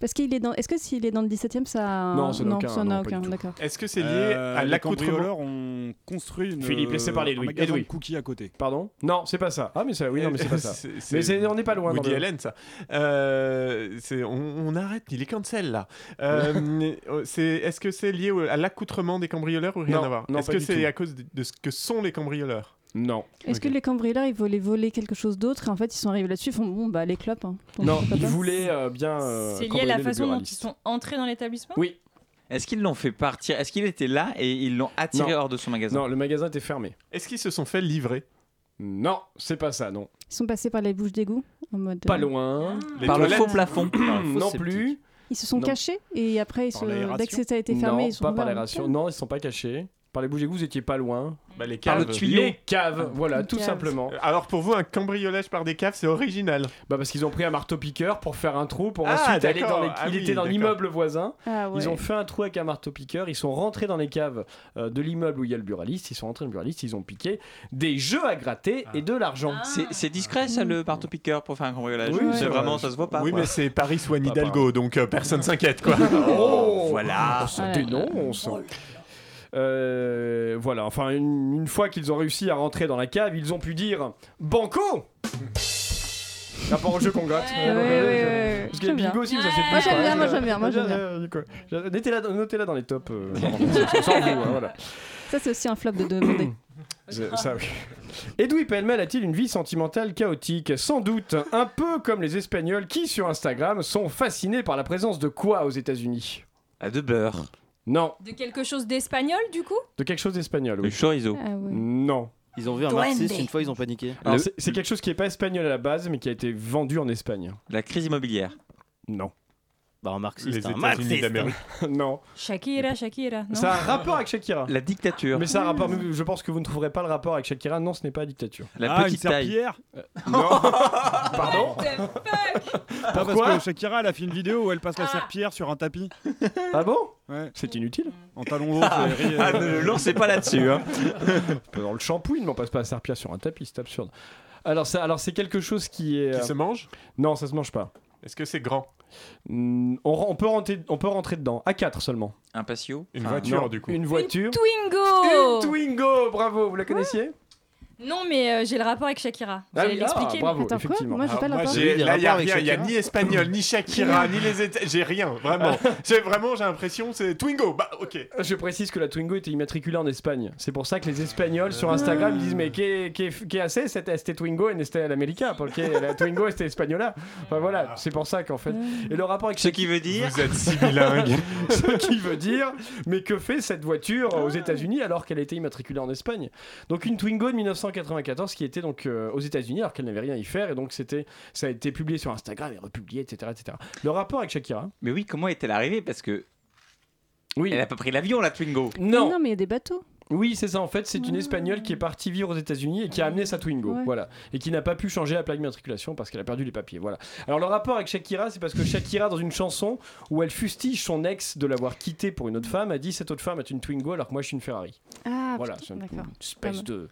Speaker 13: Parce qu'il est dans. Est-ce que s'il est dans le 17 e ça.
Speaker 2: Non, ça n'a
Speaker 13: n'a
Speaker 2: aucun- non, pas du tout.
Speaker 13: D'accord.
Speaker 9: Est-ce que c'est lié
Speaker 11: Euh,
Speaker 9: à
Speaker 11: les
Speaker 9: l'accoutrement
Speaker 11: cambrioleurs ont construit une.
Speaker 2: Philippe, laissez parler,
Speaker 11: un
Speaker 2: Edoui.
Speaker 11: magasin
Speaker 2: Edoui.
Speaker 11: de cookies à côté.
Speaker 2: Pardon Non, c'est pas ça. Ah, mais ça, oui, non, mais c'est pas ça.
Speaker 9: C'est- c'est
Speaker 2: mais c'est- on n'est pas loin.
Speaker 9: Woody
Speaker 2: dans le-
Speaker 9: Allen, ça. Euh, c'est- on, on arrête, il est cancel là. Euh, c'est- Est-ce que c'est lié au- à l'accoutrement des cambrioleurs ou rien
Speaker 2: Non,
Speaker 9: à voir
Speaker 2: non,
Speaker 9: Est-ce
Speaker 2: pas
Speaker 9: que
Speaker 2: du
Speaker 9: c'est
Speaker 2: tout.
Speaker 9: à cause de, de ce que sont les cambrioleurs
Speaker 2: Non.
Speaker 13: Est-ce que les cambrioleurs ils voulaient voler quelque chose d'autre et en fait ils sont arrivés là-dessus ils font bon bah les clopes. hein. Donc,
Speaker 2: Non,
Speaker 13: pourquoi
Speaker 2: il
Speaker 13: pas.
Speaker 2: voulait euh, bien. euh,
Speaker 3: C'est lié à
Speaker 2: cambrioler
Speaker 3: la
Speaker 2: le
Speaker 3: façon dont ils
Speaker 2: buraliste.
Speaker 3: sont entrés dans l'établissement
Speaker 2: Oui.
Speaker 10: Est-ce qu'ils l'ont fait partir Est-ce qu'il était là et ils l'ont attiré
Speaker 2: Non.
Speaker 10: hors de son magasin
Speaker 2: Non, le magasin était fermé.
Speaker 9: Est-ce qu'ils se sont fait livrer
Speaker 2: Non, c'est pas ça, non.
Speaker 13: Ils sont passés par les bouches d'égout en mode.
Speaker 2: Pas
Speaker 13: euh,
Speaker 2: loin.
Speaker 10: Les Ah. Par le toilettes. faux plafond. Par le faux
Speaker 2: non
Speaker 10: septique.
Speaker 2: plus.
Speaker 13: Ils se sont
Speaker 2: Non.
Speaker 13: cachés et après ils
Speaker 2: Par
Speaker 13: se-
Speaker 2: l'aération.
Speaker 13: Euh, dès que ça a été fermé
Speaker 2: non,
Speaker 13: ils sont. bah,
Speaker 2: pas par
Speaker 13: ouverts.
Speaker 2: l'aération. Non, ils sont pas cachés. Par les bougies, vous étiez pas loin.
Speaker 9: Bah, les
Speaker 2: Par le
Speaker 9: caves.
Speaker 2: tuyau. Les caves, voilà,
Speaker 13: Ah, Les
Speaker 2: tout
Speaker 13: caves.
Speaker 2: simplement.
Speaker 9: Euh, Alors pour vous, un cambriolage par des caves, c'est original.
Speaker 2: Bah parce qu'ils ont pris un marteau-piqueur pour faire un trou, pour
Speaker 9: Ah,
Speaker 2: ensuite aller
Speaker 9: d'accord.
Speaker 2: dans les...
Speaker 9: Ah
Speaker 2: Il
Speaker 9: oui,
Speaker 2: était dans
Speaker 9: d'accord.
Speaker 2: l'immeuble voisin.
Speaker 13: Ah ouais.
Speaker 2: Ils ont fait un trou avec un marteau-piqueur. Ils sont rentrés dans les caves euh, de l'immeuble où il y a le buraliste. Ils sont rentrés dans le buraliste. Ils ont piqué des jeux à gratter
Speaker 9: Ah.
Speaker 2: et de l'argent.
Speaker 10: C'est- C'est discret
Speaker 13: Ah.
Speaker 10: ça le partout piqueur pour faire un cambriolage.
Speaker 2: Oui,
Speaker 10: c'est
Speaker 2: ouais.
Speaker 10: vraiment ça se voit pas.
Speaker 9: oui,
Speaker 10: quoi.
Speaker 9: mais c'est Paris Swan Hidalgo, donc euh, personne s'inquiète quoi.
Speaker 2: Oh,
Speaker 10: voilà.
Speaker 2: On se dénonce. Euh, voilà, enfin, une, une fois qu'ils ont réussi à rentrer dans la cave, ils ont pu dire Banco rapport au jeu qu'on gratte.
Speaker 13: Ouais, ouais, ouais,
Speaker 2: Parce que
Speaker 13: j'aime
Speaker 2: bingo
Speaker 13: bien.
Speaker 2: aussi, ça c'est
Speaker 13: Moi,
Speaker 2: plus
Speaker 13: j'aime
Speaker 2: pareil.
Speaker 13: bien, moi, j'aime bien, moi, j'aime bien.
Speaker 2: Euh, du coup, j'ai- Notez-la notez-la dans les tops. euh, sans vous, hein, voilà.
Speaker 13: Ça, c'est aussi un flop de demander.
Speaker 2: C'est- ça, oui. Edoui Pellemel a-t-il une vie sentimentale chaotique Sans doute, un peu comme les Espagnols qui, sur Instagram, sont fascinés par la présence de quoi aux États-Unis
Speaker 10: Ah, De beurre.
Speaker 2: Non,
Speaker 3: De quelque chose d'espagnol, du coup
Speaker 2: de quelque chose d'espagnol. Oui.
Speaker 10: Le chorizo.
Speaker 3: Ah ouais.
Speaker 2: Non.
Speaker 1: Ils ont vu un
Speaker 3: Duende.
Speaker 1: marxiste une fois, ils ont paniqué.
Speaker 2: Alors, c'est- C'est quelque chose qui n'est pas espagnol à la base, mais qui a été vendu en Espagne.
Speaker 10: La crise immobilière.
Speaker 2: Non.
Speaker 1: Bah, un marxiste.
Speaker 2: Les
Speaker 1: un
Speaker 2: États-Unis
Speaker 1: marxiste.
Speaker 2: d'Amérique. non.
Speaker 3: Shakira, Shakira. Non
Speaker 2: Ça a un rapport avec Shakira.
Speaker 10: La dictature.
Speaker 2: Mais ça a un rapport, mais je pense que vous ne trouverez pas le rapport avec Shakira. Non, ce n'est pas la dictature.
Speaker 10: La Ah, petite une taille.
Speaker 11: serpillière
Speaker 2: Euh, Non. Pardon
Speaker 11: Pas
Speaker 2: Pourquoi
Speaker 11: parce que Shakira elle a fait une vidéo où elle passe la
Speaker 3: Ah.
Speaker 11: serpillière sur un tapis.
Speaker 2: Ah bon
Speaker 11: Ouais.
Speaker 2: C'est inutile.
Speaker 11: En talon haut. c'est ri-
Speaker 10: Ah, ne le lancez pas là-dessus, hein.
Speaker 2: Pas Dans le shampooing, mais on passe pas à serpillère sur un tapis, c'est absurde. Alors, ça, alors c'est quelque chose qui est. euh,
Speaker 9: Qui se mange
Speaker 2: Non, ça se mange pas.
Speaker 9: Est-ce que c'est grand
Speaker 2: Mm, on, re- on peut rentrer, on peut rentrer dedans, à 4 seulement. Ah,
Speaker 10: Un patio.
Speaker 9: Une
Speaker 10: Enfin, Euh,
Speaker 9: voiture,
Speaker 2: non.
Speaker 9: du coup.
Speaker 2: Une voiture.
Speaker 3: Twingo
Speaker 2: Une Twingo, bravo, vous la connaissiez
Speaker 3: Non, mais euh, j'ai le rapport avec Shakira.
Speaker 2: Ah
Speaker 3: J'allais
Speaker 2: oui,
Speaker 3: l'expliquer.
Speaker 2: ah, bravo,
Speaker 3: mais-
Speaker 2: effectivement.
Speaker 13: Moi, j'ai pas
Speaker 9: Alors,
Speaker 13: la
Speaker 9: moi,
Speaker 13: part.
Speaker 9: j'ai-
Speaker 1: Oui, des
Speaker 9: là, il n'y a
Speaker 1: rapports avec
Speaker 9: rien, il n'y a
Speaker 1: Shakira.
Speaker 9: ni espagnol, ni Shakira, ni les États. J'ai rien, vraiment. J'ai vraiment, j'ai l'impression, c'est Twingo. Bah, ok.
Speaker 2: Euh, Je précise que la Twingo était immatriculée en Espagne. C'est pour ça que les Espagnols sur Instagram disent Mais qu'est que assez cette este Twingo en este el América Porque la Twingo este Espagnola. Enfin voilà, c'est pour ça qu'en fait. Et le rapport avec
Speaker 10: Ce qui veut dire.
Speaker 9: Ah. Vous êtes si bilingue.
Speaker 2: Ce qui veut dire, mais que fait cette voiture aux États-Unis alors qu'elle a été immatriculée en Espagne Donc une Twingo de 1994 qui était donc euh, aux États-Unis alors qu'elle n'avait rien à y faire et donc c'était, ça a été publié sur Instagram et republié, etc., etc. Le rapport avec Shakira
Speaker 10: Mais oui, comment est-elle arrivée Parce que.
Speaker 2: Oui.
Speaker 10: Elle a pas pris l'avion, la Twingo.
Speaker 2: Non.
Speaker 13: mais il y a des bateaux.
Speaker 2: Oui, c'est ça. En fait, c'est une Espagnole qui est partie vivre aux États-Unis et qui a amené sa Twingo,
Speaker 13: Ouais.
Speaker 2: voilà, et qui n'a pas pu changer la plaque d'immatriculation parce qu'elle a perdu les papiers, voilà. Alors le rapport avec Shakira, c'est parce que Shakira, dans une chanson où elle fustige son ex de l'avoir quitté pour une autre femme, a dit cette autre femme est une Twingo alors que moi je suis une Ferrari.
Speaker 13: Ah,
Speaker 2: voilà,
Speaker 13: putain,
Speaker 2: c'est une,
Speaker 13: d'accord.
Speaker 2: une espèce de.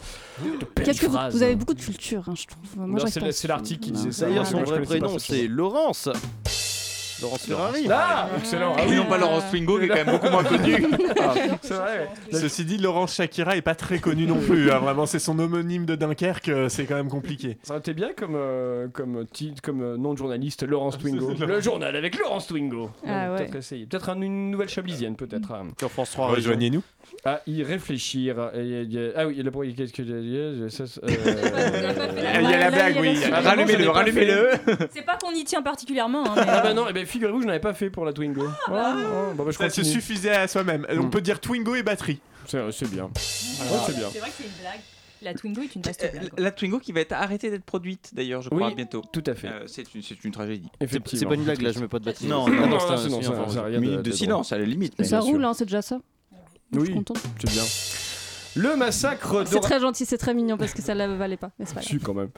Speaker 13: Qu'est-ce que vous,
Speaker 2: phrase,
Speaker 13: vous avez
Speaker 2: hein.
Speaker 13: beaucoup de culture, hein, je trouve. Moi,
Speaker 2: Non,
Speaker 13: j'arrive
Speaker 2: c'est
Speaker 13: pas
Speaker 2: la-
Speaker 13: à
Speaker 2: c'est
Speaker 13: suivre.
Speaker 2: l'article qui disait ça.
Speaker 1: D'ailleurs,
Speaker 2: Moi,
Speaker 1: son
Speaker 2: je
Speaker 1: vrai
Speaker 2: connaissais pas
Speaker 1: prénom,
Speaker 2: cette chanson.
Speaker 1: c'est Laurence. Laurence Ferrari.
Speaker 2: Ah, excellent. Ah
Speaker 10: Et
Speaker 2: oui.
Speaker 10: non pas Laurence Twingo, qui est quand même beaucoup moins connue.
Speaker 2: Ah, c'est vrai.
Speaker 9: Ceci dit, Laurence Shakira est pas très connu non plus. hein. Vraiment, c'est son homonyme de Dunkerque, euh, c'est quand même compliqué.
Speaker 2: Ça aurait été bien comme, euh, comme titre, comme euh, nom de journaliste, Laurence Twingo. Le journal avec Laurence Twingo.
Speaker 13: Ah
Speaker 2: Donc,
Speaker 13: ouais.
Speaker 2: Peut-être essayer. Peut-être un- une nouvelle chablisienne, peut-être. hein.
Speaker 1: Sur France 3.
Speaker 9: Rejoignez-nous.
Speaker 2: à y réfléchir. Et- et- et- Ah oui, le premier, qu'est-ce que j'ai dit euh, Ça, c'est-
Speaker 9: Il
Speaker 2: euh,
Speaker 9: y a la
Speaker 3: Là,
Speaker 9: blague,
Speaker 3: il y a
Speaker 9: oui.
Speaker 3: la-
Speaker 2: Ah, vraiment, j'en
Speaker 10: Rallumez-le,
Speaker 2: ai pas
Speaker 10: rallumez-le.
Speaker 3: C'est pas qu'on y tient particulièrement. hein, mais-
Speaker 2: Ah bah non, eh ben, figurez-vous, je n'avais pas fait pour la Twingo. Ah, ah, bon, bah, je
Speaker 9: Ça se
Speaker 2: continue.
Speaker 9: suffisait à soi-même. Euh, On
Speaker 2: Mm.
Speaker 9: peut dire Twingo et batterie.
Speaker 2: C'est c'est bien.
Speaker 1: Ah.
Speaker 2: Ouais, c'est bien.
Speaker 3: C'est vrai que c'est une blague. La Twingo est une vaste
Speaker 10: Euh,
Speaker 3: blague. quoi.
Speaker 10: La Twingo qui va être arrêtée d'être produite, d'ailleurs, je
Speaker 2: Oui.
Speaker 10: crois, bientôt.
Speaker 2: Tout à fait.
Speaker 10: Euh, c'est une, c'est une tragédie.
Speaker 2: Effectivement.
Speaker 1: C'est pas une blague là, je mets pas de batterie.
Speaker 10: Non, non,
Speaker 2: Non, non,
Speaker 1: c'est
Speaker 2: non,
Speaker 1: un-
Speaker 2: c'est non,
Speaker 1: c'est un-
Speaker 2: ça- ça a rien
Speaker 10: Minute de silence, à la limite.
Speaker 13: Mais
Speaker 10: mais-
Speaker 13: ça
Speaker 2: bien
Speaker 13: roule,
Speaker 2: sûr.
Speaker 13: hein, c'est déjà ça. Je suis
Speaker 2: Oui,
Speaker 13: contente.
Speaker 2: c'est bien. Le massacre
Speaker 13: Ah, C'est
Speaker 2: d'Ora-
Speaker 13: très gentil, c'est très mignon parce que ça ne la valait pas. Mais c'est pas grave.
Speaker 2: Si, quand même.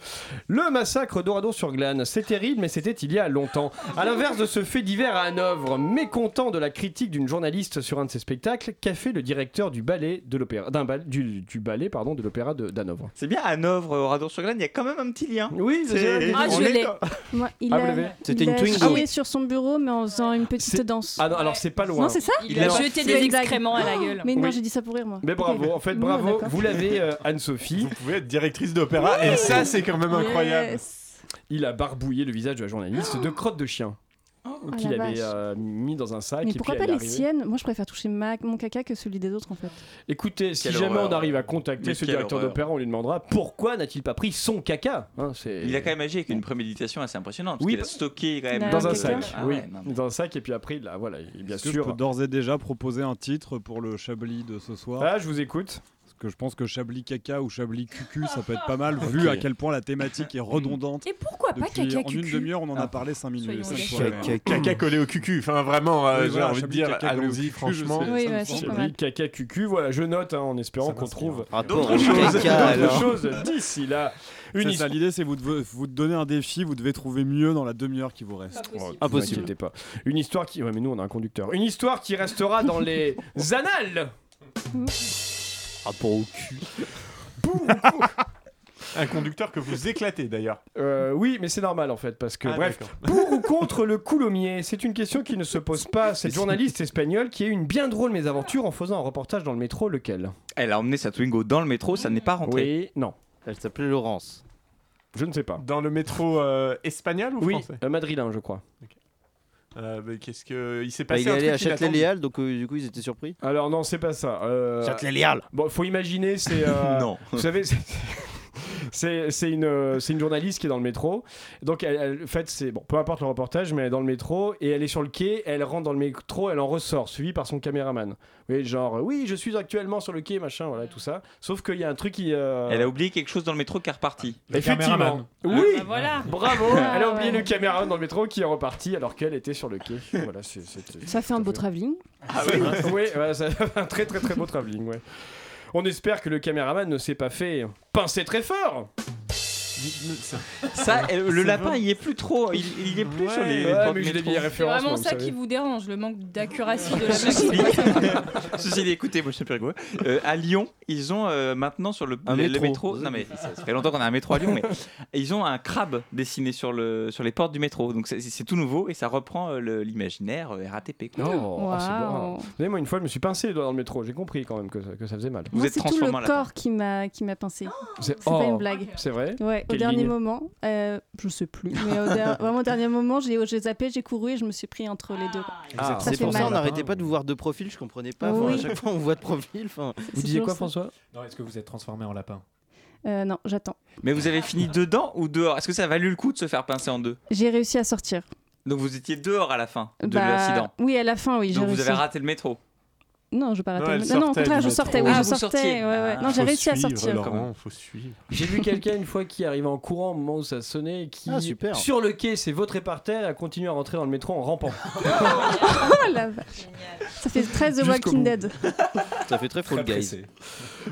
Speaker 2: Le massacre dorado sur glane, c'est terrible, mais c'était il y a longtemps. À l'inverse de ce fait divers à Hanovre, mécontent de la critique d'une journaliste sur un de ses spectacles, qu'a fait le directeur du ballet de l'opéra, d'un bal- du, du ballet pardon, de l'opéra de- d'Hanovre
Speaker 10: C'est bien, à Hanovre, au Radon-sur-Glane, il y a quand même un petit lien.
Speaker 2: Oui,
Speaker 10: c'est-
Speaker 2: c'est-
Speaker 3: Ah,
Speaker 2: on
Speaker 3: je
Speaker 2: est
Speaker 3: l'ai.
Speaker 2: dans-
Speaker 13: Moi, il
Speaker 2: Ah, vous l'avez
Speaker 13: a,
Speaker 1: C'était
Speaker 13: il
Speaker 1: une
Speaker 13: a
Speaker 1: Twingo.
Speaker 13: chié sur son bureau, mais en faisant une petite
Speaker 2: C'est-
Speaker 13: danse.
Speaker 2: Ah non, alors c'est pas loin.
Speaker 13: Non, c'est ça
Speaker 3: Il, a
Speaker 2: a-
Speaker 3: jeté
Speaker 13: C'est
Speaker 3: des
Speaker 13: une blague. Oh.
Speaker 3: excréments à la gueule.
Speaker 13: Mais non,
Speaker 2: Oui.
Speaker 13: j'ai dit ça pour rire, moi.
Speaker 2: Mais
Speaker 13: Ok.
Speaker 2: bravo, en fait,
Speaker 13: Non,
Speaker 2: bravo,
Speaker 13: d'accord.
Speaker 2: vous l'avez, euh, Anne-Sophie.
Speaker 9: Vous pouvez être directrice d'opéra, et ça, c'est quand même incroyable.
Speaker 13: Yes.
Speaker 2: Il a barbouillé le visage de la journaliste de crotte de chien. qu'il
Speaker 13: Oh, la
Speaker 2: avait
Speaker 13: vache.
Speaker 2: euh, mis dans un sac.
Speaker 13: Mais
Speaker 2: et
Speaker 13: pourquoi
Speaker 2: puis
Speaker 13: pas
Speaker 2: elle est
Speaker 13: les
Speaker 2: arrivée.
Speaker 13: siennes Moi, je préfère toucher ma- mon caca que celui des autres, en fait.
Speaker 2: Écoutez, si
Speaker 10: Quelle
Speaker 2: jamais
Speaker 10: horreur.
Speaker 2: on arrive à contacter
Speaker 10: Mais
Speaker 2: ce
Speaker 10: quelle
Speaker 2: directeur
Speaker 10: horreur.
Speaker 2: d'opéra, on lui demandera pourquoi n'a-t-il pas pris son caca Hein, c'est-
Speaker 10: Il a quand même agi avec une préméditation assez impressionnante. Parce
Speaker 2: Oui,
Speaker 10: qu'il a
Speaker 2: parce-
Speaker 10: stocké quand même.
Speaker 13: Dans
Speaker 2: dans un
Speaker 13: Ah,
Speaker 2: sac,
Speaker 10: Ah
Speaker 2: oui,
Speaker 10: ouais, non, mais-
Speaker 2: dans un sac et puis après, là, voilà, et bien
Speaker 11: Est-ce que je peux
Speaker 2: sûr.
Speaker 11: d'ores et déjà proposer un titre pour le Chablis de ce soir
Speaker 2: Ah, je vous écoute.
Speaker 11: Parce que je pense que Chablis caca ou Chablis cucu, ça peut être pas mal vu à quel point la thématique est redondante.
Speaker 3: Et pourquoi pas
Speaker 11: Depuis,
Speaker 3: caca
Speaker 11: en une
Speaker 3: cucu
Speaker 11: demi-heure, on en
Speaker 10: Ah.
Speaker 11: a parlé 5 minutes.
Speaker 3: Soyons
Speaker 11: cinq
Speaker 3: honnêtes.
Speaker 11: fois, mais-
Speaker 9: Caca collé au cucu. Enfin, vraiment, euh,
Speaker 11: Oui,
Speaker 9: j'ai
Speaker 11: voilà,
Speaker 9: envie de
Speaker 11: Chablis
Speaker 9: dire,
Speaker 11: caca collé au
Speaker 9: allez-y,
Speaker 11: cucu, je
Speaker 9: franchement.
Speaker 11: sais,
Speaker 13: Oui,
Speaker 11: ça me
Speaker 13: ouais,
Speaker 11: semble.
Speaker 13: c'est pas mal.
Speaker 2: Chablis, caca, cucu, voilà, je note hein, en espérant
Speaker 11: Ça
Speaker 2: qu'on
Speaker 11: m'inspire.
Speaker 2: trouve
Speaker 1: Rapport
Speaker 10: D'autres
Speaker 1: au
Speaker 10: choses,
Speaker 1: caca,
Speaker 2: d'autres
Speaker 1: alors.
Speaker 2: choses d'ici là. Une
Speaker 11: C'est ça,
Speaker 2: histoire-
Speaker 11: l'idée, c'est vous devez vous donner un défi, vous devez trouver mieux dans la demi-heure qui vous reste.
Speaker 2: Impossible. Oh, Vous inquiétez pas. Une histoire qui. Ouais, mais nous, on a un
Speaker 3: Ah,
Speaker 2: conducteur. Une histoire qui restera dans les annales.
Speaker 4: Ah,
Speaker 1: Rapport au cul.
Speaker 9: Un conducteur que vous éclatez d'ailleurs.
Speaker 2: Euh, oui, mais c'est normal en fait, parce que
Speaker 9: Ah,
Speaker 2: bref,
Speaker 9: d'accord.
Speaker 2: pour ou contre le coulommier, c'est une question qui ne se pose pas. Cette journaliste espagnole qui a eu une bien drôle mésaventure en faisant un reportage dans le métro, lequel
Speaker 10: Elle a emmené sa Twingo dans le métro, ça n'est pas rentré.
Speaker 2: Oui, non.
Speaker 1: Elle s'appelait Laurence.
Speaker 2: Je ne sais pas.
Speaker 9: Dans le métro euh, espagnol ou
Speaker 2: Oui,
Speaker 9: français
Speaker 2: euh, madrilin, je crois.
Speaker 9: Euh, mais Qu'est-ce que il s'est
Speaker 2: Bah,
Speaker 9: passé
Speaker 2: il est
Speaker 9: un
Speaker 2: allé
Speaker 9: truc
Speaker 2: à
Speaker 9: inattendu.
Speaker 1: Châtelet-Léal, donc euh, du coup ils étaient surpris.
Speaker 2: Alors non, c'est pas ça. Euh,
Speaker 1: Châtelet-Léal.
Speaker 2: Bon, faut imaginer, c'est. euh,
Speaker 1: Non.
Speaker 2: Vous savez, c'est- c'est c'est une, euh, c'est une journaliste qui est dans le métro. Donc, elle, elle- en fait, c'est. Bon, peu importe le reportage, mais elle est dans le métro et elle est sur le quai, elle rentre dans le métro, elle en ressort, suivie par son caméraman. Vous voyez, genre, euh, oui, je suis actuellement sur le quai, machin, voilà, tout ça. Sauf qu'il y a un truc qui. euh,
Speaker 10: Elle a oublié quelque chose dans le métro qui est reparti.
Speaker 2: Effectivement. Oui.
Speaker 10: Ah, bah voilà.
Speaker 2: Bravo.
Speaker 10: Ah,
Speaker 2: Elle a oublié
Speaker 10: ouais.
Speaker 2: le caméraman dans le métro qui est reparti alors qu'elle était sur le quai. Voilà, c'est. c'est-
Speaker 13: Ça fait un beau travelling.
Speaker 2: oui,
Speaker 13: hein.
Speaker 2: ouais, ça fait un très très très beau travelling. Ouais. On espère que le caméraman ne s'est pas fait pincer très fort.
Speaker 10: Ça, euh, le lapin, il y est plus trop. Il, il y est plus
Speaker 2: Ouais,
Speaker 10: sur les.
Speaker 2: ouais,
Speaker 10: portes
Speaker 2: mais j'ai des
Speaker 10: métro.
Speaker 2: vieilles
Speaker 3: C'est vraiment ça qui vous dérange, le manque d'accuracy de la
Speaker 10: Ceci
Speaker 3: blague.
Speaker 10: dit- Ceci dit, écoutez, moi je suis plus rigoureux. Euh, à Lyon, ils ont euh, maintenant sur le,
Speaker 1: Un
Speaker 10: le- le
Speaker 1: métro.
Speaker 10: Non mais ça, ça fait longtemps qu'on a un métro à Lyon, mais ils ont un crabe dessiné sur le sur les portes du métro. Donc c'est- c'est tout nouveau et ça reprend euh, le- l'imaginaire euh, RATP. quoi.
Speaker 2: Non, Oh, ah, c'est hein. bon. Vous savez, moi, une fois, je me suis pincé les doigts dans le métro. J'ai compris quand même que ça, que ça faisait mal.
Speaker 10: Vous
Speaker 13: C'est tout le corps qui m'a qui m'a pincé. C'est pas
Speaker 2: oh,
Speaker 13: une blague.
Speaker 2: C'est vrai
Speaker 13: Ouais, au
Speaker 2: Quelle
Speaker 13: dernier
Speaker 2: ligne
Speaker 13: moment, euh, je sais plus, mais au der- vraiment au dernier moment, j'ai j'ai zappé, j'ai couru et je me suis pris entre les deux.
Speaker 1: Ah,
Speaker 13: Ça
Speaker 1: c'est
Speaker 13: fait
Speaker 1: pour ça
Speaker 13: mal.
Speaker 1: on n'arrêtait pas de vous voir de profil, je comprenais pas. Enfin,
Speaker 13: Oui.
Speaker 1: À chaque fois on voit de profil. enfin.
Speaker 13: Vous disiez toujours quoi, ça.
Speaker 2: François
Speaker 12: Non, est-ce que vous êtes transformé en lapin
Speaker 13: Euh, non, j'attends.
Speaker 10: Mais vous avez fini dedans ou dehors Est-ce que ça a valu le coup de se faire pincer en deux
Speaker 13: J'ai réussi à sortir.
Speaker 10: Donc vous étiez dehors à la fin de
Speaker 13: Bah,
Speaker 10: l'accident.
Speaker 13: Oui, à la fin, oui, j'ai
Speaker 10: Donc vous
Speaker 13: réussi.
Speaker 10: avez raté le métro.
Speaker 13: Non, je vais pas
Speaker 10: Non,
Speaker 13: rater.
Speaker 10: elle
Speaker 13: le- Non, non, au
Speaker 10: sortait
Speaker 13: contraire,
Speaker 10: du
Speaker 13: je
Speaker 10: métro.
Speaker 13: sortais.
Speaker 10: Ah,
Speaker 13: Oui, je
Speaker 10: vous sortiez.
Speaker 13: sortais. ouais, ouais.
Speaker 10: Ah.
Speaker 13: Non, j'ai
Speaker 10: Faut
Speaker 13: réussi à
Speaker 10: suivre,
Speaker 13: sortir.
Speaker 10: Laurent,
Speaker 9: faut suivre.
Speaker 2: J'ai vu quelqu'un une fois qui arrivait en courant au moment où ça sonnait et qui,
Speaker 1: Ah, super.
Speaker 2: sur le quai, s'est vautré par terre et a continué à rentrer dans le métro en rampant.
Speaker 13: Oh la vache. Ça fait 13 de
Speaker 2: Jusqu'au bout.
Speaker 13: Walking Dead.
Speaker 1: Ça fait très Fall Guys.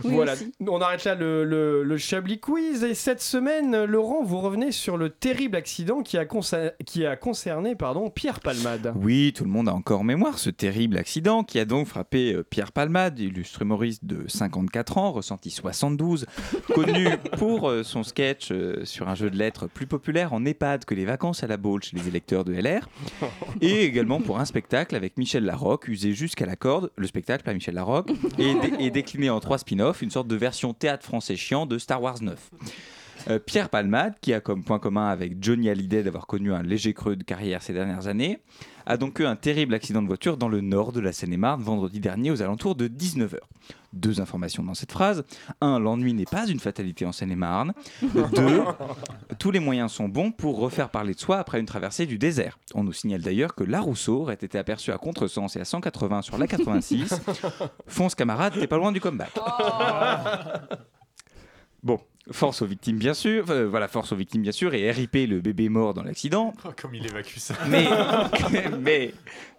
Speaker 13: Oui,
Speaker 2: voilà,
Speaker 13: aussi.
Speaker 2: on arrête là le, le, le Chablis Quiz. Et cette semaine, Laurent, vous revenez sur le terrible accident qui a, consa- qui a concerné pardon, Pierre Palmade.
Speaker 10: Oui, tout le monde a encore en mémoire ce terrible accident qui a donc frappé euh, Pierre Palmade, illustre humoriste de 54 ans, ressenti 72, connu pour euh, son sketch euh, sur un jeu de lettres plus populaire en EHPAD que les vacances à la Baule chez les électeurs de LR, et également pour un spectacle avec Michel Larocque, usé jusqu'à la corde, le spectacle par Michel Larocque, et, dé- et décliné en trois spin-offs, une sorte de version théâtre français chiant de Star Wars 9. Euh, Pierre Palmade, qui a comme point commun avec Johnny Hallyday d'avoir connu un léger creux de carrière ces dernières années, a donc eu un terrible accident de voiture dans le nord de la Seine-et-Marne vendredi dernier aux alentours de 19h. Deux informations dans cette phrase. Un, l'ennui n'est pas une fatalité en Seine-et-Marne. Deux, tous les moyens sont bons pour refaire parler de soi après une traversée du désert. On nous signale d'ailleurs que la Rousseau aurait été aperçue à contresens et à 180 sur la 86. Fonce camarade, t'es pas loin du comeback. Bon, force aux victimes bien sûr, euh, voilà, force aux victimes bien sûr, et RIP le bébé mort dans l'accident.
Speaker 9: Oh, comme il évacue ça.
Speaker 10: Mais, mais,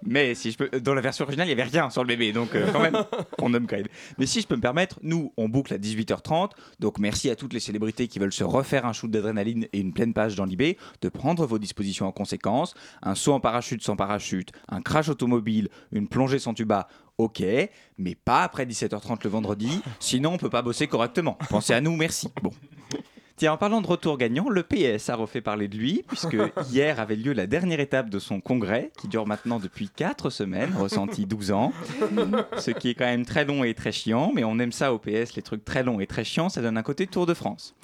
Speaker 10: mais si je peux, Euh, dans la version originale, il n'y avait rien sur le bébé, donc euh, quand même, on upgrade. Mais si je peux me permettre, nous, on boucle à 18h30, donc merci à toutes les célébrités qui veulent se refaire un shoot d'adrénaline et une pleine page dans l'IB, de prendre vos dispositions en conséquence. Un saut en parachute sans parachute, un crash automobile, une plongée sans tuba, ok, mais pas après 17h30 le vendredi, sinon on peut pas bosser correctement. Pensez à nous, merci. Bon. Tiens, en parlant de retour gagnant, le PS a refait parler de lui, puisque hier avait lieu la dernière étape de son congrès, qui dure maintenant depuis 4 semaines, ressenti 12 ans, ce qui est quand même très long et très chiant, mais on aime ça au PS, les trucs très longs et très chiants, ça donne un côté Tour de France.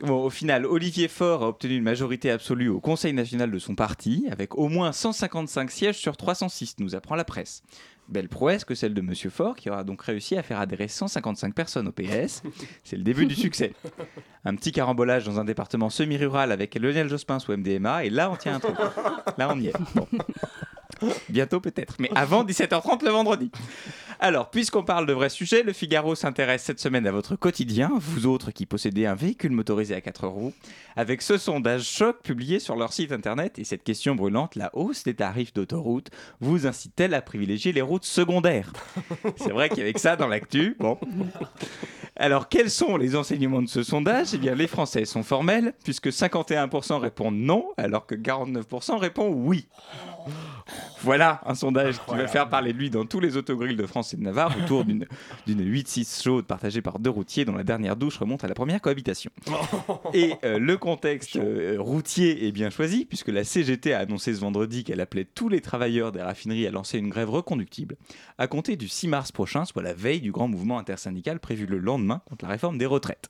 Speaker 10: Bon, au final, Olivier Faure a obtenu une majorité absolue au Conseil national de son parti, avec au moins 155 sièges sur 306, nous apprend la presse. Belle prouesse que celle de Monsieur Faure, qui aura donc réussi à faire adhérer 155 personnes au PS. C'est le début du succès. Un petit carambolage dans un département semi-rural avec Lionel Jospin sous MDMA, et là, on tient un truc. Là, on y est. Bon. Bientôt peut-être, mais avant 17h30 le vendredi. Alors, puisqu'on parle de vrais sujets, le Figaro s'intéresse cette semaine à votre quotidien, vous autres qui possédez un véhicule motorisé à 4 roues, avec ce sondage choc publié sur leur site internet et cette question brûlante, la hausse des tarifs d'autoroute vous incite-t-elle à privilégier les routes secondaires C'est vrai qu'avec ça dans l'actu, bon... Alors, quels sont les enseignements de ce sondage Eh bien, les Français sont formels, puisque 51% répondent non, alors que 49% répondent oui. Voilà un sondage qui va
Speaker 9: Incroyable.
Speaker 10: faire parler de lui dans tous les autogrilles de France et de Navarre autour d'une d'une 8-6 chaude partagée par deux routiers dont la dernière douche remonte à la première cohabitation. Et euh, le contexte euh, routier est bien choisi puisque la CGT a annoncé ce vendredi qu'elle appelait tous les travailleurs des raffineries à lancer une grève reconductible à compter du 6 mars prochain, soit la veille du grand mouvement intersyndical prévu le lendemain contre la réforme des retraites.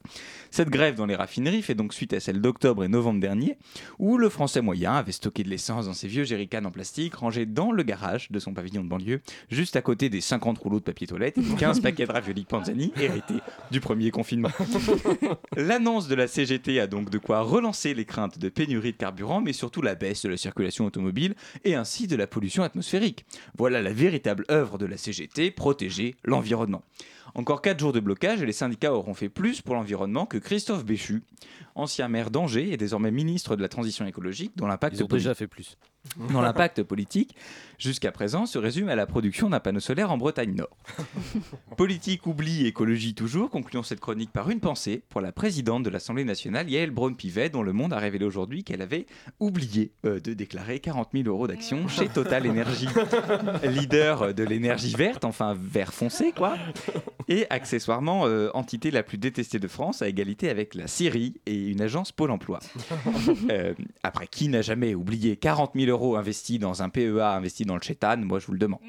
Speaker 10: Cette grève dans les raffineries fait donc suite à celle d'octobre et novembre dernier où le français moyen avait stocké de l'essence dans ses vieux jerrycans en plastique rangés dans le garage de son pavillon de banlieue juste à côté des 50 rouleaux de papier toilette et 15 paquets de raviolis panzani hérités du premier confinement. L'annonce de la CGT a donc de quoi relancer les craintes de pénurie de carburant, mais surtout la baisse de la circulation automobile et ainsi de la pollution atmosphérique. Voilà la véritable œuvre de la CGT, protéger l'environnement. Encore 4 jours de blocage et les syndicats auront fait plus pour l'environnement que Christophe Béchu, ancien maire d'Angers et désormais ministre de la Transition écologique, dont l'impact...
Speaker 15: Ils ont déjà fait plus.
Speaker 10: Dont l'impact politique, jusqu'à présent, se résume à la production d'un panneau solaire en Bretagne Nord. Politique, oubli, écologie toujours, concluons cette chronique par une pensée pour la présidente de l'Assemblée nationale, Yael Braun-Pivet, dont Le Monde a révélé aujourd'hui qu'elle avait oublié euh, de déclarer 40 000 euros d'actions chez Total Energy, leader euh, de l'énergie verte, enfin vert foncé quoi, et accessoirement euh, entité la plus détestée de France à égalité avec la Syrie et une agence Pôle emploi. Euh, après, qui n'a jamais oublié 40 000 euros investis dans un PEA investi dans le chétan Moi, je vous le demande.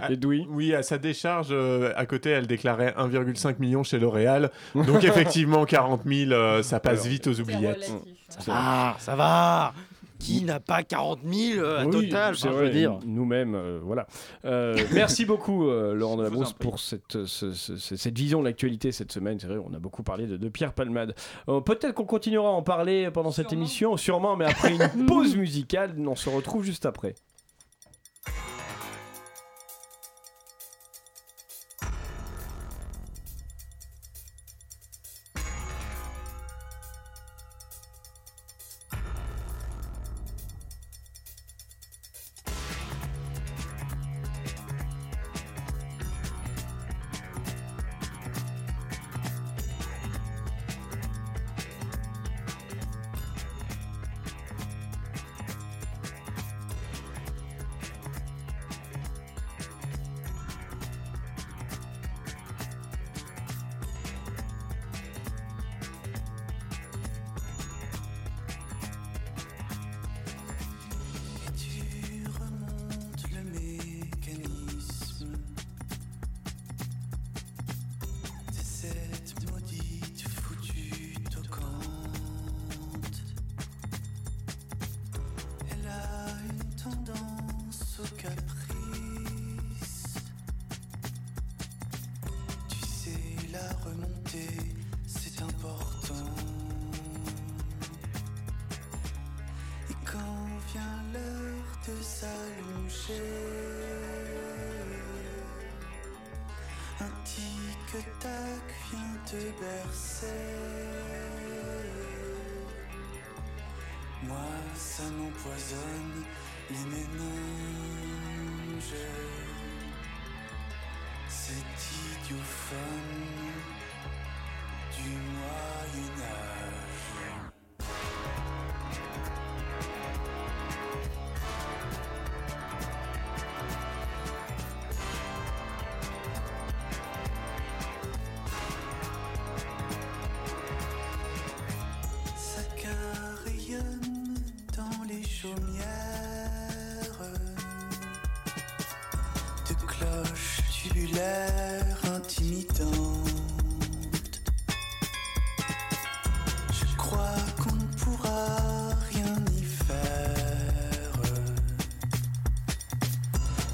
Speaker 9: Ah, oui. à sa décharge, euh, à côté, elle déclarait 1,5 million chez L'Oréal. Donc, effectivement, 40 000, euh, ça passe vite aux oubliettes.
Speaker 1: Ça va, Ah, ça va. Qui n'a pas 40 000 euh, à
Speaker 2: Oui,
Speaker 1: total
Speaker 2: c'est
Speaker 1: enfin, je
Speaker 2: vrai,
Speaker 1: veux dire.
Speaker 2: Nous-mêmes, euh, voilà. Euh, merci beaucoup, euh, Laurent de la Brousse, pour cette, euh, ce- ce- ce- cette vision de l'actualité cette semaine. C'est vrai, on a beaucoup parlé de, de Pierre Palmade. Euh, Peut-être qu'on continuera à en parler pendant cette émission, sûrement, mais après une pause musicale, on se retrouve juste après.
Speaker 16: Tu remontes le mécanisme de cette maudite foutue toquante. Elle a une tendance au caprice. Tu sais, la remontée, c'est important. Et quand vient l'heure de s'allonger, un tic-tac vient te bercer. Moi, ça m'empoisonne les méninges. C'est idiophone du Moyen-Âge. Ça carillonne dans les chaumières de cloches tubulaires intimidantes. Je crois qu'on ne pourra rien y faire.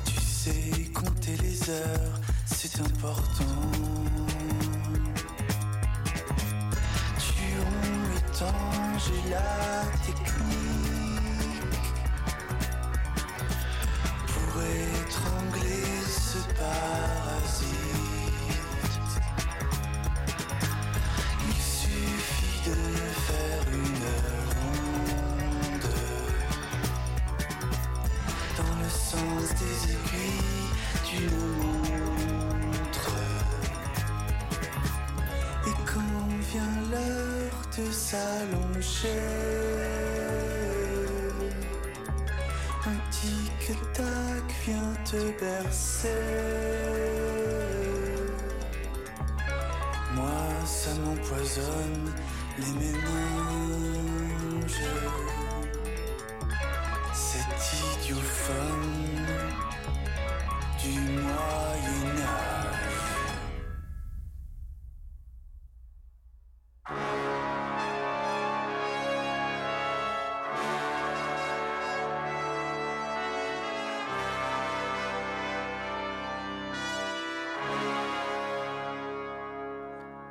Speaker 16: Tu sais, compter les heures, c'est important. Tu romps le temps, j'ai la technique pour étrangler ce parasite. Il suffit de faire une ronde dans le sens des aiguilles d'une montre. Et quand vient l'heure de s'allonger, un petit
Speaker 15: te bercer. Moi, ça m'empoisonne les méninges. C'est idiophone du Moyen-Âge.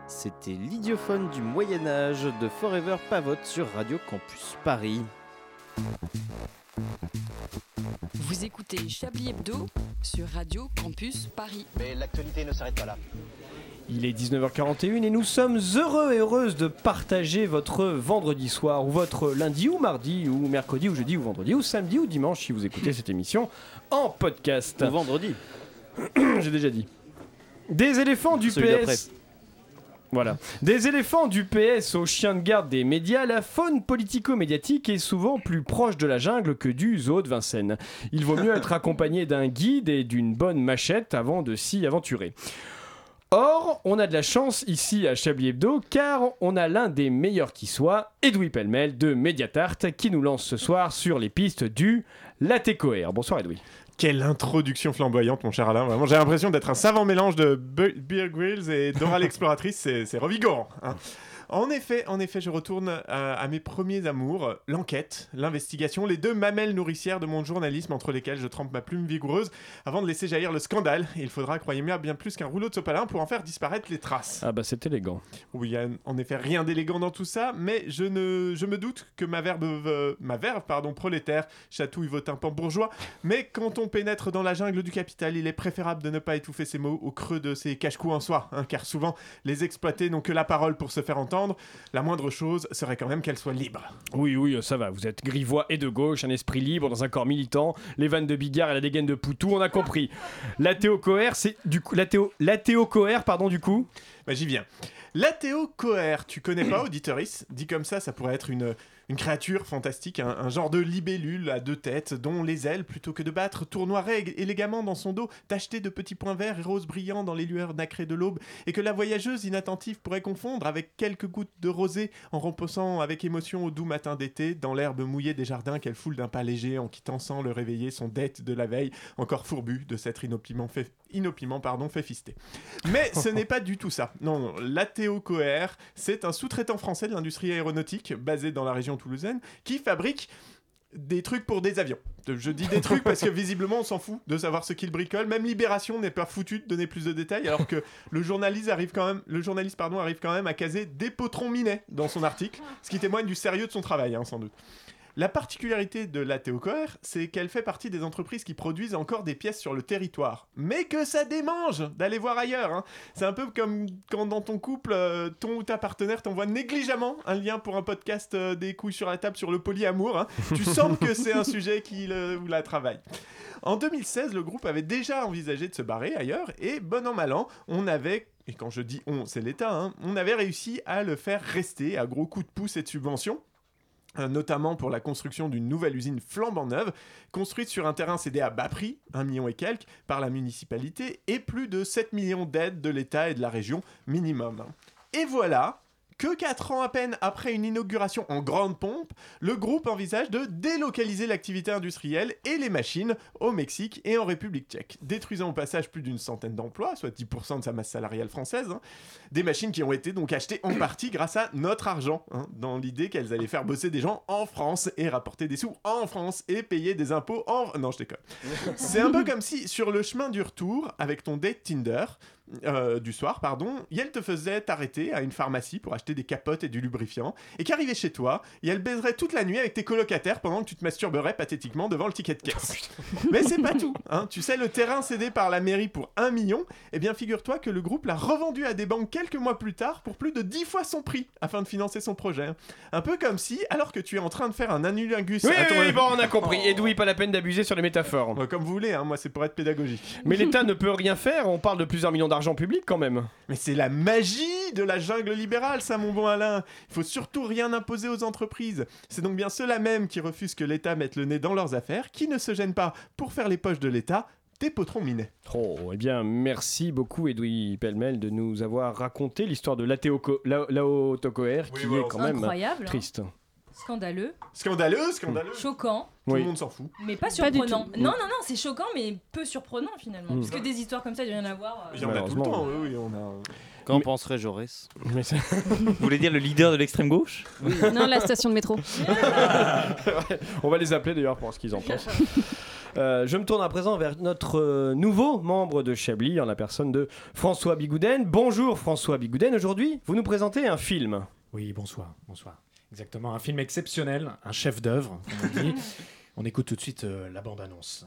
Speaker 1: C'était l'idiophone du Moyen Âge de Forever Pavote sur Radio Campus Paris.
Speaker 7: Vous écoutez Chablis Hebdo sur Radio Campus Paris.
Speaker 8: Mais l'actualité ne s'arrête pas là.
Speaker 2: Il est 19h41 et nous sommes heureux et heureuses de partager votre vendredi soir ou votre lundi ou mardi ou mercredi ou jeudi ou vendredi ou samedi ou dimanche si vous écoutez cette émission en podcast.
Speaker 1: Ou vendredi.
Speaker 2: J'ai déjà dit. Des éléphants du
Speaker 1: Celui
Speaker 2: PS. Voilà. Des éléphants du PS aux chiens de garde des médias, la faune politico-médiatique est souvent plus proche de la jungle que du zoo de Vincennes. Il vaut mieux être accompagné d'un guide et d'une bonne machette avant de s'y aventurer. Or, on a de la chance ici à Chablis Hebdo car on a l'un des meilleurs qui soit, Edoui Pellemel de Mediatart, qui nous lance ce soir sur les pistes du Latécoère. Bonsoir Edoui.
Speaker 9: Quelle introduction flamboyante, mon cher Alain. Vraiment, j'ai l'impression d'être un savant mélange de Be- Bear Grylls et Dora l'exploratrice. C'est, c'est revigorant. hein. En effet, en effet, je retourne à, à mes premiers amours, l'enquête, l'investigation, les deux mamelles nourricières de mon journalisme entre lesquelles je trempe ma plume vigoureuse avant de laisser jaillir le scandale. Il faudra, croyez-moi, bien plus qu'un rouleau de sopalin pour en faire disparaître les traces.
Speaker 2: Ah bah c'est élégant.
Speaker 9: Oui, il y a en effet rien d'élégant dans tout ça, mais je, ne, je me doute que ma verve, euh, ma verve pardon, prolétaire chatouille vos tympans bourgeois, mais quand on pénètre dans la jungle du capital, il est préférable de ne pas étouffer ses mots au creux de ses cache-coups en soi, hein, car souvent, les exploités n'ont que la parole pour se faire entendre. La moindre chose serait quand même qu'elle soit libre.
Speaker 2: Oui, oui, ça va, vous êtes grivois et de gauche, un esprit libre dans un corps militant, les vannes de Bigard et la dégaine de Poutou, on a compris. La théocoère, c'est du coup. La, théo, la théocoère, pardon, du coup
Speaker 9: Bah, j'y viens. La théocoère, tu connais pas, auditoris Dit comme ça, ça pourrait être une, une créature fantastique, un, un genre de libellule à deux têtes, dont les ailes, plutôt que de battre, tournoieraient ég- élégamment dans son dos, tachetées de petits points verts et roses brillants dans les lueurs nacrées de l'aube, et que la voyageuse inattentive pourrait confondre avec quelques gouttes de rosée en repoussant avec émotion au doux matin d'été, dans l'herbe mouillée des jardins qu'elle foule d'un pas léger en quittant sans le réveiller son dette de la veille, encore fourbu de s'être inopinement fait, inopinement, pardon, fait fister. Mais ce n'est pas du tout ça. Non, non. l'Ateo Coer, c'est un sous-traitant français de l'industrie aéronautique basé dans la région toulousaine qui fabrique des trucs pour des avions. Je dis des trucs parce que visiblement on s'en fout de savoir ce qu'il bricole. Même Libération n'est pas foutu de donner plus de détails alors que le journaliste arrive quand même, le journaliste pardon arrive quand même à caser des potrons minets dans son article, ce qui témoigne du sérieux de son travail hein, sans doute. La particularité de la Théocoère, c'est qu'elle fait partie des entreprises qui produisent encore des pièces sur le territoire. Mais que ça démange d'aller voir ailleurs. hein. C'est un peu comme quand dans ton couple, euh, ton ou ta partenaire t'envoie négligemment un lien pour un podcast euh, des couilles sur la table sur le polyamour. hein. Tu sens que c'est un sujet qui le- ou la travaille. En 2016, le groupe avait déjà envisagé de se barrer ailleurs et bon an mal an, on avait et quand je dis on, c'est l'État, hein, on avait réussi à le faire rester à gros coups de pouce et de subventions euh, notamment pour la construction d'une nouvelle usine flambant neuve, construite sur un terrain cédé à bas prix, 1 million et quelques, par la municipalité, et plus de 7 millions d'aides de l'État et de la région minimum. Et voilà que 4 ans à peine après une inauguration en grande pompe, le groupe envisage de délocaliser l'activité industrielle et les machines au Mexique et en République tchèque, détruisant au passage plus d'une centaine d'emplois, soit 10% de sa masse salariale française, hein. des machines qui ont été donc achetées en partie grâce à notre argent, hein, dans l'idée qu'elles allaient faire bosser des gens en France et rapporter des sous en France et payer des impôts en... Non, je déconne. C'est un peu comme si sur le chemin du retour, avec ton date Tinder, euh, du soir, pardon, Yel te faisait arrêter à une pharmacie pour acheter des capotes et du lubrifiant, et qu'arrivé chez toi, Yel baiserait toute la nuit avec tes colocataires pendant que tu te masturberais pathétiquement devant le ticket
Speaker 2: Oh,
Speaker 9: de caisse. Mais c'est pas tout, hein. tu sais, le terrain cédé par la mairie pour 1 million, eh bien figure-toi que le groupe l'a revendu à des banques quelques mois plus tard pour plus de 10 fois son prix, afin de financer son projet. Un peu comme si, alors que tu es en train de faire un annulingus...
Speaker 2: Oui,
Speaker 9: à ton-
Speaker 2: oui, oui, bon, on a compris. Edoui, pas la peine d'abuser sur les métaphores.
Speaker 9: Comme vous voulez, hein, moi c'est pour être pédagogique.
Speaker 2: Mais l'État ne peut rien faire, on parle de plusieurs millions d'argent public quand même.
Speaker 9: Mais c'est la magie de la jungle libérale, ça, mon bon Alain. Il faut surtout rien imposer aux entreprises. C'est donc bien ceux-là même qui refusent que l'État mette le nez dans leurs affaires, qui ne se gênent pas pour faire les poches de l'État des potrons minets.
Speaker 2: Oh, eh bien, merci beaucoup, Edoui Pellemel, de nous avoir raconté l'histoire de l'Aotokoer, qui
Speaker 9: voilà.
Speaker 2: est quand même
Speaker 3: Incroyable, hein.
Speaker 2: triste.
Speaker 3: Scandaleux.
Speaker 9: Scandaleux, scandaleux.
Speaker 3: Choquant.
Speaker 9: Tout
Speaker 2: Oui.
Speaker 9: le monde s'en fout.
Speaker 3: Mais pas
Speaker 9: Pas du
Speaker 3: surprenant.
Speaker 9: tout.
Speaker 3: non, non, non, c'est choquant, mais peu surprenant finalement.
Speaker 2: Mm.
Speaker 3: Parce que des histoires comme ça, il y en a à voir. euh.
Speaker 9: Il y en a tout le
Speaker 2: Malheureusement.
Speaker 9: temps, oui, oui, on a.
Speaker 1: Qu'en penserait Jaurès
Speaker 10: Vous voulez dire le leader de l'extrême gauche
Speaker 13: Non, la station de métro.
Speaker 2: Ouais, On va les appeler d'ailleurs pour ce qu'ils en pensent. Euh, je me tourne à présent vers notre euh, nouveau membre de Chablis, en la personne de François Bigouden. Bonjour François Bigouden. Aujourd'hui, vous nous présentez un film.
Speaker 12: Oui, bonsoir, bonsoir. Exactement, un film exceptionnel, un chef d'œuvre, comme on dit. on écoute tout de suite euh, la bande-annonce.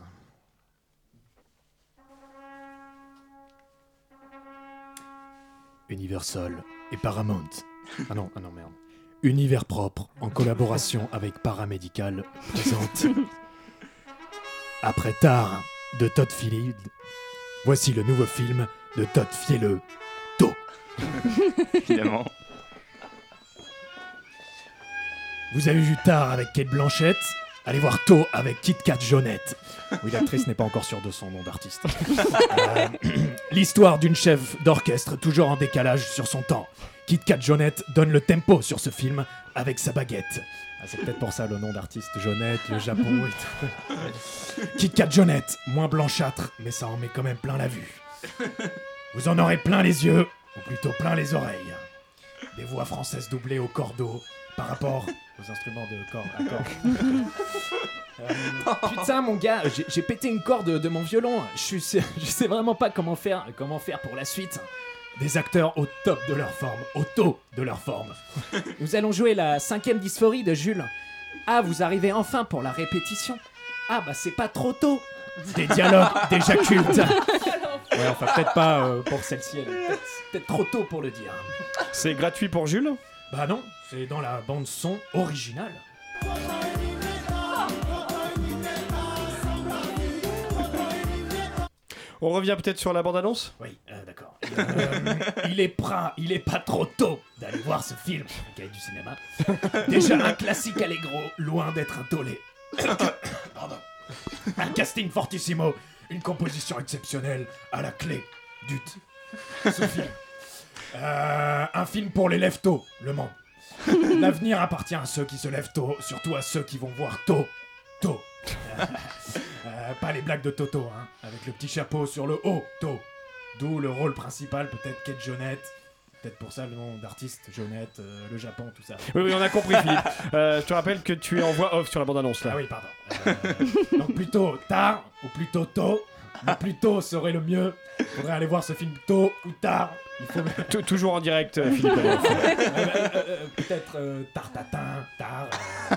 Speaker 12: Universal et Paramount. Ah non, ah non, merde. Univers propre, en collaboration avec Paramédical, présente. Après Tard de Todd Field, voici le nouveau film de Todd Fielleux, Tôt.
Speaker 10: Évidemment.
Speaker 12: Vous avez vu Tard avec Kate Blanchett Allez voir Tôt avec Kit Kat Jonette. Oui, l'actrice n'est pas encore sûre de son nom d'artiste. Euh, L'histoire d'une chef d'orchestre toujours en décalage sur son temps. Kit Kat Jonette donne le tempo sur ce film avec sa baguette. Ah, c'est peut-être pour ça le nom d'artiste Jonette, le Japon et tout. Kit Kat Jonette, moins blanchâtre, mais ça en met quand même plein la vue. Vous en aurez plein les yeux, ou plutôt plein les oreilles. Des voix françaises doublées au cordeau par rapport aux instruments de corde. à corde. Euh, putain mon gars, j'ai- j'ai pété une corde de mon violon. Je, suis sûr- je sais vraiment pas comment faire, comment faire pour la suite. Des acteurs au top de leur forme, au taux de leur forme. Nous allons jouer la cinquième dysphorie de Jules. Ah, vous arrivez enfin pour la répétition. Ah bah c'est pas trop tôt. Des dialogues déjà cultes. Ouais, enfin peut-être pas euh, pour celle-ci, elle est peut-être- peut-être trop tôt pour le dire.
Speaker 2: C'est gratuit pour Jules
Speaker 12: Bah non, c'est dans la bande son originale.
Speaker 2: On revient peut-être sur la bande-annonce
Speaker 12: Oui, euh, d'accord. Euh, il est prin, il est pas trop tôt d'aller voir ce film, un gars du cinéma. Déjà un classique Allegro, loin d'être un tollé. Pardon. Un casting fortissimo, une composition exceptionnelle à la clé. Dut. Ce film. Euh, un film pour les lève tôt, le monde. L'avenir appartient à ceux qui se lèvent tôt, surtout à ceux qui vont voir tôt. Tôt. Euh, euh, pas les blagues de Toto, hein, avec le petit chapeau sur le haut, tôt. D'où le rôle principal, peut-être qu'est Jonette. Peut-être pour ça le nom d'artiste, Jonette, euh, le Japon, tout ça.
Speaker 2: Oui, oui, on a compris, Philippe. Euh, je te rappelle que tu es en voix off sur la bande-annonce là.
Speaker 12: Ah oui, pardon. Euh, donc plutôt tard ou plutôt tôt. Le plus tôt serait le mieux. Faudrait aller voir ce film tôt ou tard. Il faut...
Speaker 2: Tou- Toujours en direct, euh, Philippe.
Speaker 12: Euh, euh, euh, Peut-être euh, tartatin, tard.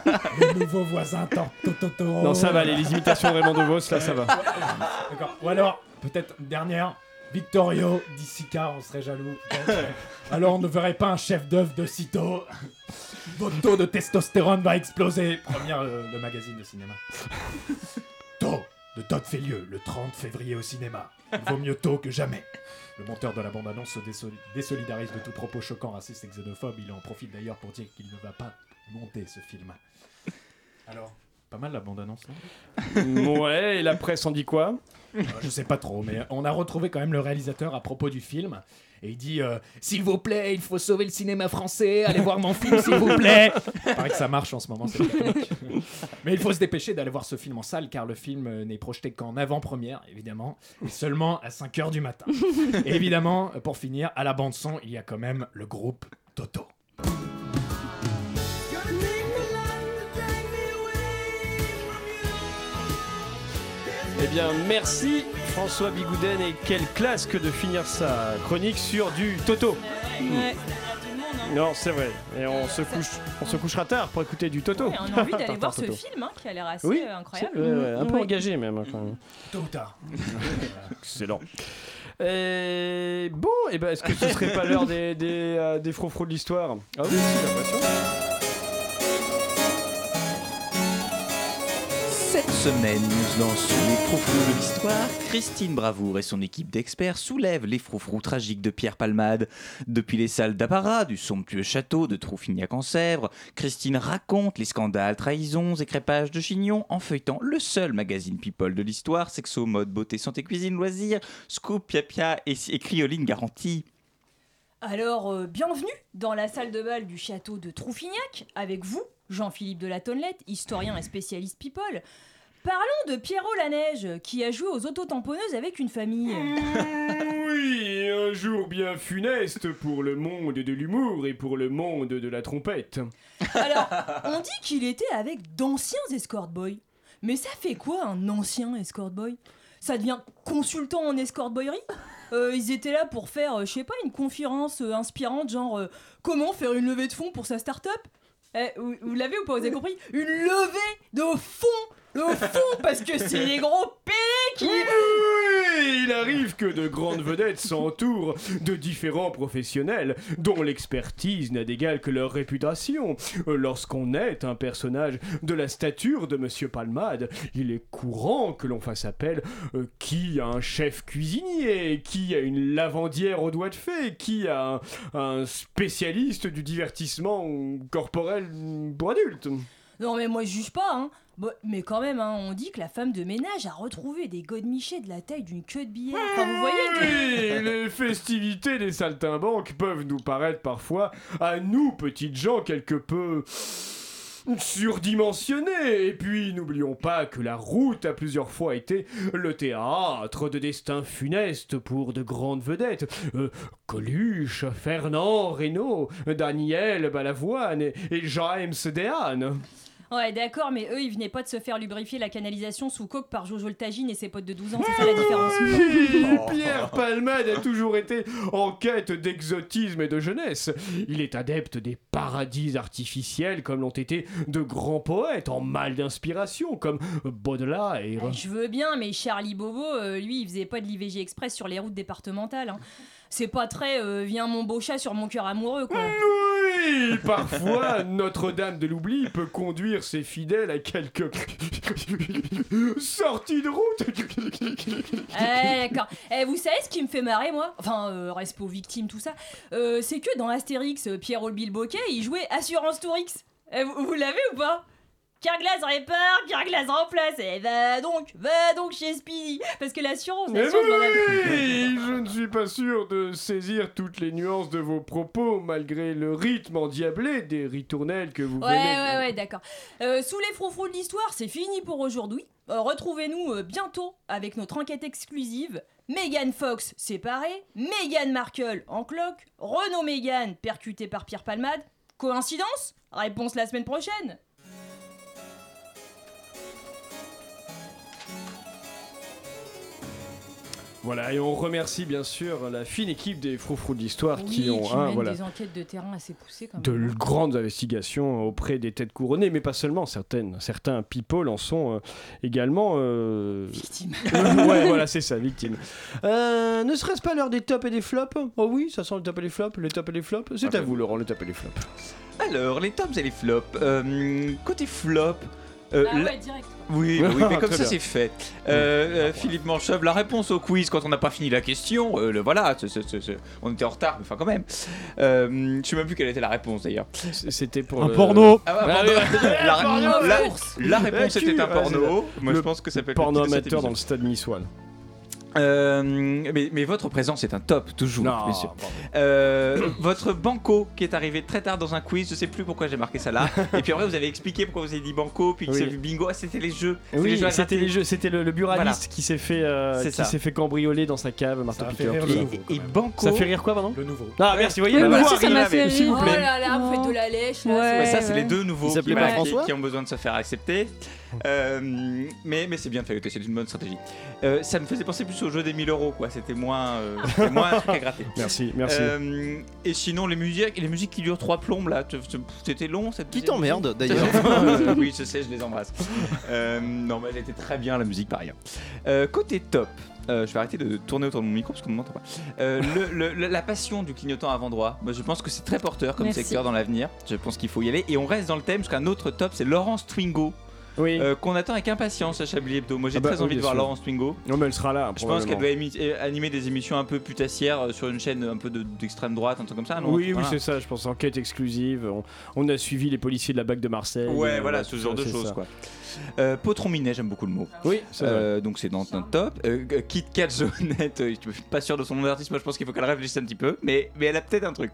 Speaker 12: euh, le nouveau voisin, tort, toto.
Speaker 2: Non, ça va, allez, les imitations de Raymond DeVos, là, ça va.
Speaker 12: D'accord. Ou alors, peut-être une dernière. Victorio, Dissica, on serait jaloux. peut-être. Alors on ne verrait pas un chef d'œuvre de sitôt. Votre taux de testostérone va exploser. Première, euh, le magazine de cinéma. Tôt de Todd Félieux, le 30 février au cinéma. Il vaut mieux tôt que jamais. Le monteur de la bande-annonce se déso- désolidarise de tout propos choquant, raciste et xénophobe. Il en profite d'ailleurs pour dire qu'il ne va pas monter ce film. Alors, pas mal la bande-annonce, non
Speaker 2: Ouais, et la presse en dit quoi
Speaker 12: euh, Je sais pas trop, mais on a retrouvé quand même le réalisateur à propos du film. Et il dit euh, S'il vous plaît, il faut sauver le cinéma français, allez voir mon film, s'il vous plaît Pareil que ça marche en ce moment, cette technique. Mais il faut se dépêcher d'aller voir ce film en salle, car le film euh, n'est projeté qu'en avant-première, évidemment, et seulement à 5h du matin. Et évidemment, pour finir, à la bande-son, il y a quand même le groupe Toto.
Speaker 2: Eh bien, merci François Bigouden et quelle classe que de finir sa chronique sur du Toto. Non, c'est vrai. Et on se couche, on se couchera tard pour écouter du Toto.
Speaker 3: Ouais, on a envie d'aller
Speaker 2: Tartare
Speaker 3: voir ce
Speaker 2: Toto.
Speaker 3: film hein, qui a l'air assez
Speaker 2: Oui,
Speaker 3: euh,
Speaker 2: c'est-
Speaker 3: incroyable.
Speaker 2: ouais, ouais, un peu
Speaker 3: Ouais.
Speaker 2: engagé même. hein, quand même.
Speaker 12: Tôt ou tard.
Speaker 2: Excellent. Et bon, et ben, est-ce que ce serait pas l'heure des, des, euh, des frofros de l'histoire Ah oui, si, j'ai l'impression.
Speaker 15: Cette
Speaker 10: semaine, nous lançons les froufrous de l'histoire. Christine Bravour et son équipe d'experts soulèvent les froufrous tragiques de Pierre Palmade. Depuis les salles d'apparat du somptueux château de Troufignac en Sèvres, Christine raconte les scandales, trahisons et crépages de chignons en feuilletant le seul magazine people de l'histoire, sexo, mode, beauté, santé, cuisine, loisirs, scoop, pia pia et, et crioline garantie.
Speaker 3: Alors, euh, bienvenue dans la salle de bal du château de Troufignac, avec vous, Jean-Philippe de la Tonnelette, historien et spécialiste people. Parlons de Pierrot la Neige, qui a joué aux autotamponneuses avec une famille.
Speaker 2: Oui, un jour bien funeste pour le monde de l'humour et pour le monde de la trompette.
Speaker 3: On dit qu'il était avec d'anciens escort boys. Mais ça fait quoi un ancien escort boy Ça devient consultant en escort boyerie Euh, Ils étaient là pour faire, euh, je sais pas, une conférence euh, inspirante, genre euh, comment faire une levée de fonds pour sa start-up Eh, vous, vous l'avez ou pas Vous avez compris Une levée de fonds De fonds Parce que c'est les gros pédés qui.
Speaker 2: Oui, il arrive que de grandes vedettes s'entourent de différents professionnels dont l'expertise n'a d'égal que leur réputation. Euh, Lorsqu'on est un personnage de la stature de Monsieur Palmade, il est courant que l'on fasse appel euh, qui a un chef cuisinier, qui a une lavandière au doigt de fée, qui a un, un spécialiste du divertissement corporel euh, pour adultes.
Speaker 3: Non mais moi je juge pas, hein. Bon, mais quand même, hein, on dit que la femme de ménage a retrouvé des godemichés de la taille d'une queue de billard. Enfin, vous voyez
Speaker 2: Oui, les festivités des saltimbanques peuvent nous paraître parfois, à nous petites gens, quelque peu surdimensionnées. Et puis, n'oublions pas que la route a plusieurs fois été le théâtre de destins funestes pour de grandes vedettes. Euh, Coluche, Fernand Reynaud, Daniel Balavoine et, et James Dehaene.
Speaker 3: Ouais, d'accord, mais eux, ils venaient pas de se faire lubrifier la canalisation sous coke par Jojo le Tagine et ses potes de 12 ans, c'est ça la différence.
Speaker 2: Oui, Pierre Palmade a toujours été en quête d'exotisme et de jeunesse. Il est adepte des paradis artificiels comme l'ont été de grands poètes en mal d'inspiration comme Baudelaire.
Speaker 3: Je veux bien, mais Charlie Bobo, euh, lui, il faisait pas de l'IVG Express sur les routes départementales. hein. C'est pas très euh, viens mon beau chat sur mon cœur amoureux, quoi.
Speaker 2: Oui, parfois Notre-Dame de l'oubli peut conduire ses fidèles à quelques sorties de route.
Speaker 3: Eh, d'accord. Eh, vous savez ce qui me fait marrer, moi Enfin, euh, respect aux victimes, tout ça. Euh, c'est que dans Astérix, euh, Pierrot le Bilboquet, il jouait Assurance Tourix. Eh, vous vous l'avez ou pas Carglass répare, Carglass remplace. Eh, va donc, va donc chez Speedy. Parce que l'assurance,
Speaker 2: Mais
Speaker 3: l'assurance, dans la-
Speaker 2: Eh oui Je ne suis pas sûr de saisir toutes les nuances de vos propos, malgré le rythme endiablé des ritournelles que vous hein.
Speaker 3: Ouais,
Speaker 2: venez...
Speaker 3: ouais, ouais, d'accord. Euh, sous les froufrous de l'histoire, c'est fini pour aujourd'hui. Euh, Retrouvez-nous euh, bientôt avec notre enquête exclusive. Megan Fox séparée, Meghan Markle en cloque, Renaud Megan percuté par Pierre Palmade. Coïncidence Réponse la semaine prochaine.
Speaker 2: Voilà, et on remercie bien sûr la fine équipe des Froufrous de l'Histoire qui ont hein, voilà,
Speaker 3: des enquêtes de terrain assez poussées quand
Speaker 2: de l- grandes investigations auprès des têtes couronnées, mais pas seulement, certaines. Certains people en sont euh, également... Victimes. ouais, voilà, c'est ça, victimes. Euh, ne serait-ce pas l'heure des tops et des flops Oh oui, ça sent le top et les flops, le top et les flops. C'est à vous, Ah, Laurent, le top et les flops.
Speaker 10: Alors, les tops et les flops. Euh, côté flop. euh,
Speaker 3: Ah ouais,
Speaker 10: la-
Speaker 3: direct.
Speaker 10: Oui, bah oui, mais comme
Speaker 2: Très
Speaker 10: ça
Speaker 2: bien.
Speaker 10: c'est fait. Euh, euh, Philippe Mancheuve, la réponse au quiz quand on n'a pas fini la question. euh, le voilà, c'est- c'est- c'est- c'est- on était en retard, mais enfin quand même. Euh, je sais même plus quelle était la réponse d'ailleurs.
Speaker 2: C'était pour
Speaker 11: Un le- porno.
Speaker 10: Ah ouais, un porno.
Speaker 2: Ah,
Speaker 10: la,
Speaker 2: porno,
Speaker 10: la-
Speaker 2: force.
Speaker 10: la réponse
Speaker 2: Ah, tu-
Speaker 10: était un
Speaker 2: ah, c'est
Speaker 10: porno.
Speaker 2: ça.
Speaker 10: Moi
Speaker 2: Le
Speaker 10: je pense que ça peut être le
Speaker 2: porno
Speaker 10: titre de cette
Speaker 2: amateur dans le
Speaker 10: émission.
Speaker 2: stade niçois.
Speaker 10: Euh, mais, mais votre présence est un top, toujours.
Speaker 2: Non,
Speaker 10: bien sûr.
Speaker 2: pardon.
Speaker 10: Euh, votre banco qui est arrivé très tard dans un quiz, je sais plus pourquoi j'ai marqué ça là. Et puis après, vous avez expliqué pourquoi vous avez dit banco, puis que
Speaker 2: Oui.
Speaker 10: c'est bingo. Ah, c'était les jeux. C'était les
Speaker 2: Oui,
Speaker 10: jeux à
Speaker 2: c'était
Speaker 10: gratter.
Speaker 2: les jeux, c'était le, le buraliste
Speaker 10: Voilà.
Speaker 2: qui s'est fait, euh,
Speaker 10: C'est
Speaker 2: qui
Speaker 10: ça.
Speaker 2: s'est fait cambrioler dans sa cave, marteau
Speaker 10: fait
Speaker 2: piqueur.
Speaker 10: rire
Speaker 2: tout
Speaker 10: le
Speaker 2: ça.
Speaker 10: nouveau, quand Et- et même. Banco-
Speaker 2: Ça fait rire quoi, pardon
Speaker 14: Le nouveau.
Speaker 2: Ah, merci, voyez,
Speaker 10: Oui,
Speaker 2: le
Speaker 10: moi
Speaker 2: nouveau
Speaker 10: aussi, ça
Speaker 2: arrive,
Speaker 10: m'a fait
Speaker 2: s'il
Speaker 10: rire.
Speaker 2: vous plaît.
Speaker 10: Oh là
Speaker 3: là, vous faites de la lèche. là,
Speaker 10: Mais
Speaker 3: c'est-
Speaker 10: ça, c'est les deux nouveaux
Speaker 1: Il
Speaker 10: qui,
Speaker 1: s'appelait
Speaker 10: voilà,
Speaker 1: pas
Speaker 10: qui-
Speaker 1: François
Speaker 10: qui ont besoin de se faire accepter. Euh, mais mais c'est bien de faire c'est une bonne stratégie. Euh, ça me faisait penser plus au jeu des 1000 euros, quoi. C'était moins, euh, c'était moins un truc à gratter.
Speaker 2: Merci, merci.
Speaker 10: Euh, et sinon, les musiques, les musiques qui durent trois plombes, là, tu- tu- c'était long. Cette qui
Speaker 1: t'emmerde, d'ailleurs.
Speaker 10: oui, je sais, je les embrasse. Euh, non, mais elle était très bien, la musique, par ailleurs. Euh, côté top. euh, je vais arrêter de tourner autour de mon micro parce qu'on ne m'entend pas. Euh, le- le- la passion du clignotant avant droit, moi, je pense que c'est très porteur comme
Speaker 14: Merci.
Speaker 10: secteur dans l'avenir. Je pense qu'il faut y aller. Et on reste dans le thème jusqu'à un autre top, c'est Laurence Twingo. euh, qu'on attend avec impatience à Chablis Hebdo. Moi j'ai
Speaker 2: Ah bah,
Speaker 10: très
Speaker 2: oui,
Speaker 10: envie de
Speaker 2: bien
Speaker 10: voir
Speaker 2: sûr.
Speaker 10: Laurence Twingo.
Speaker 2: Non, mais elle sera là.
Speaker 10: Je pense qu'elle
Speaker 2: probablement.
Speaker 10: doit émi- euh, animer des émissions un peu putassières euh, sur une chaîne un peu de- d'extrême droite, un truc comme ça. non
Speaker 2: oui, oui,
Speaker 10: Voilà.
Speaker 2: c'est ça, je pense. Enquête exclusive. On, on a suivi les policiers de la BAC de Marseille.
Speaker 10: Ouais,
Speaker 2: euh,
Speaker 10: voilà, ce genre de
Speaker 2: c'est
Speaker 10: choses,
Speaker 2: ça.
Speaker 10: quoi. Euh, Potron Minet, j'aime beaucoup le mot.
Speaker 2: Oui, c'est vrai.
Speaker 10: Euh, donc c'est dans notre top. Euh, G- Kit Kat Jaunette, euh, je suis pas sûr de son nom d'artiste, moi je pense qu'il faut qu'elle réfléchisse un petit peu, mais, mais elle a peut-être un truc.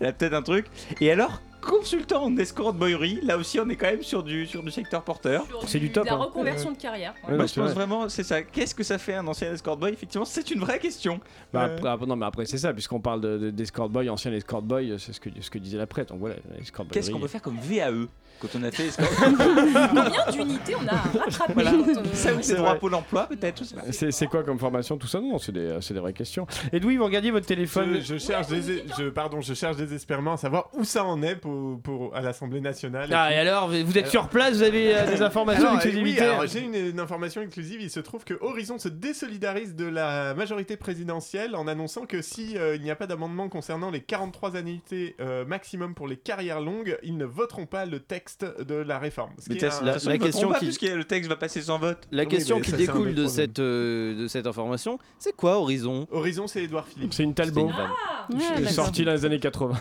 Speaker 10: Elle a peut-être un truc. Et alors, consultant en escorte boyerie, là aussi on est quand même sur du, sur du secteur porteur.
Speaker 2: C'est du top,
Speaker 3: La
Speaker 2: hein.
Speaker 3: reconversion de carrière.
Speaker 10: Moi,
Speaker 2: bah,
Speaker 10: je pense vraiment, c'est ça. Qu'est-ce que ça fait hein, un ancien escort boy Effectivement, c'est une vraie question.
Speaker 2: Bah,
Speaker 10: Euh,
Speaker 2: après- après- non, mais après, c'est ça, puisqu'on parle de- de- d'escort boy, ancien escort boy, euh, c'est ce que, ce que disait la prête. Donc voilà, escort boy.
Speaker 10: Qu'est-ce qu'on peut faire comme VAE quand on a fait escort
Speaker 3: Combien d'unités on a rattrapé
Speaker 10: Voilà.
Speaker 3: quand, euh,
Speaker 10: Ça ou
Speaker 2: C'est
Speaker 10: c'est droit
Speaker 2: vrai.
Speaker 10: à Pôle emploi peut-être je sais pas.
Speaker 2: C'est c'est quoi comme formation Tout ça Non, non, c'est des, euh, c'est des vraies questions. Et d'où vous regardiez votre téléphone
Speaker 9: Je, je cherche des, je, pardon, je cherche désespérément à savoir où ça en est pour, pour- à l'Assemblée nationale.
Speaker 2: Ah, et alors, vous êtes sur place, vous avez, euh, des informations
Speaker 9: Alors, euh,
Speaker 2: exclusivités
Speaker 9: Oui, alors, j'ai une, une information exclusive. Il se trouve que Horizon se désolidarise de la majorité présidentielle en annonçant que si euh, il n'y a pas d'amendement concernant les 43 annuités euh, maximum pour les carrières longues, ils ne voteront pas le texte de la réforme. Ce
Speaker 1: Mais
Speaker 9: qui est
Speaker 1: t'as-
Speaker 10: euh,
Speaker 9: un-
Speaker 1: la-
Speaker 9: de toute façon,
Speaker 1: la
Speaker 9: ils voteront
Speaker 1: question
Speaker 9: pas
Speaker 1: qui-
Speaker 9: puisque-
Speaker 10: Puisque le texte va passer sans vote.
Speaker 1: La
Speaker 9: Oui,
Speaker 1: question
Speaker 9: mais
Speaker 1: qui
Speaker 9: ça, c'est un
Speaker 1: découle
Speaker 9: autre
Speaker 1: de
Speaker 9: problème.
Speaker 1: cette, euh, de cette information, c'est quoi Horizon
Speaker 9: Horizon, c'est Édouard Philippe.
Speaker 2: C'est une Talbot.
Speaker 1: C'était une vanne.
Speaker 13: Ouais,
Speaker 3: Ah,
Speaker 2: J'ai
Speaker 13: d'accord.
Speaker 2: sorti dans les années 80.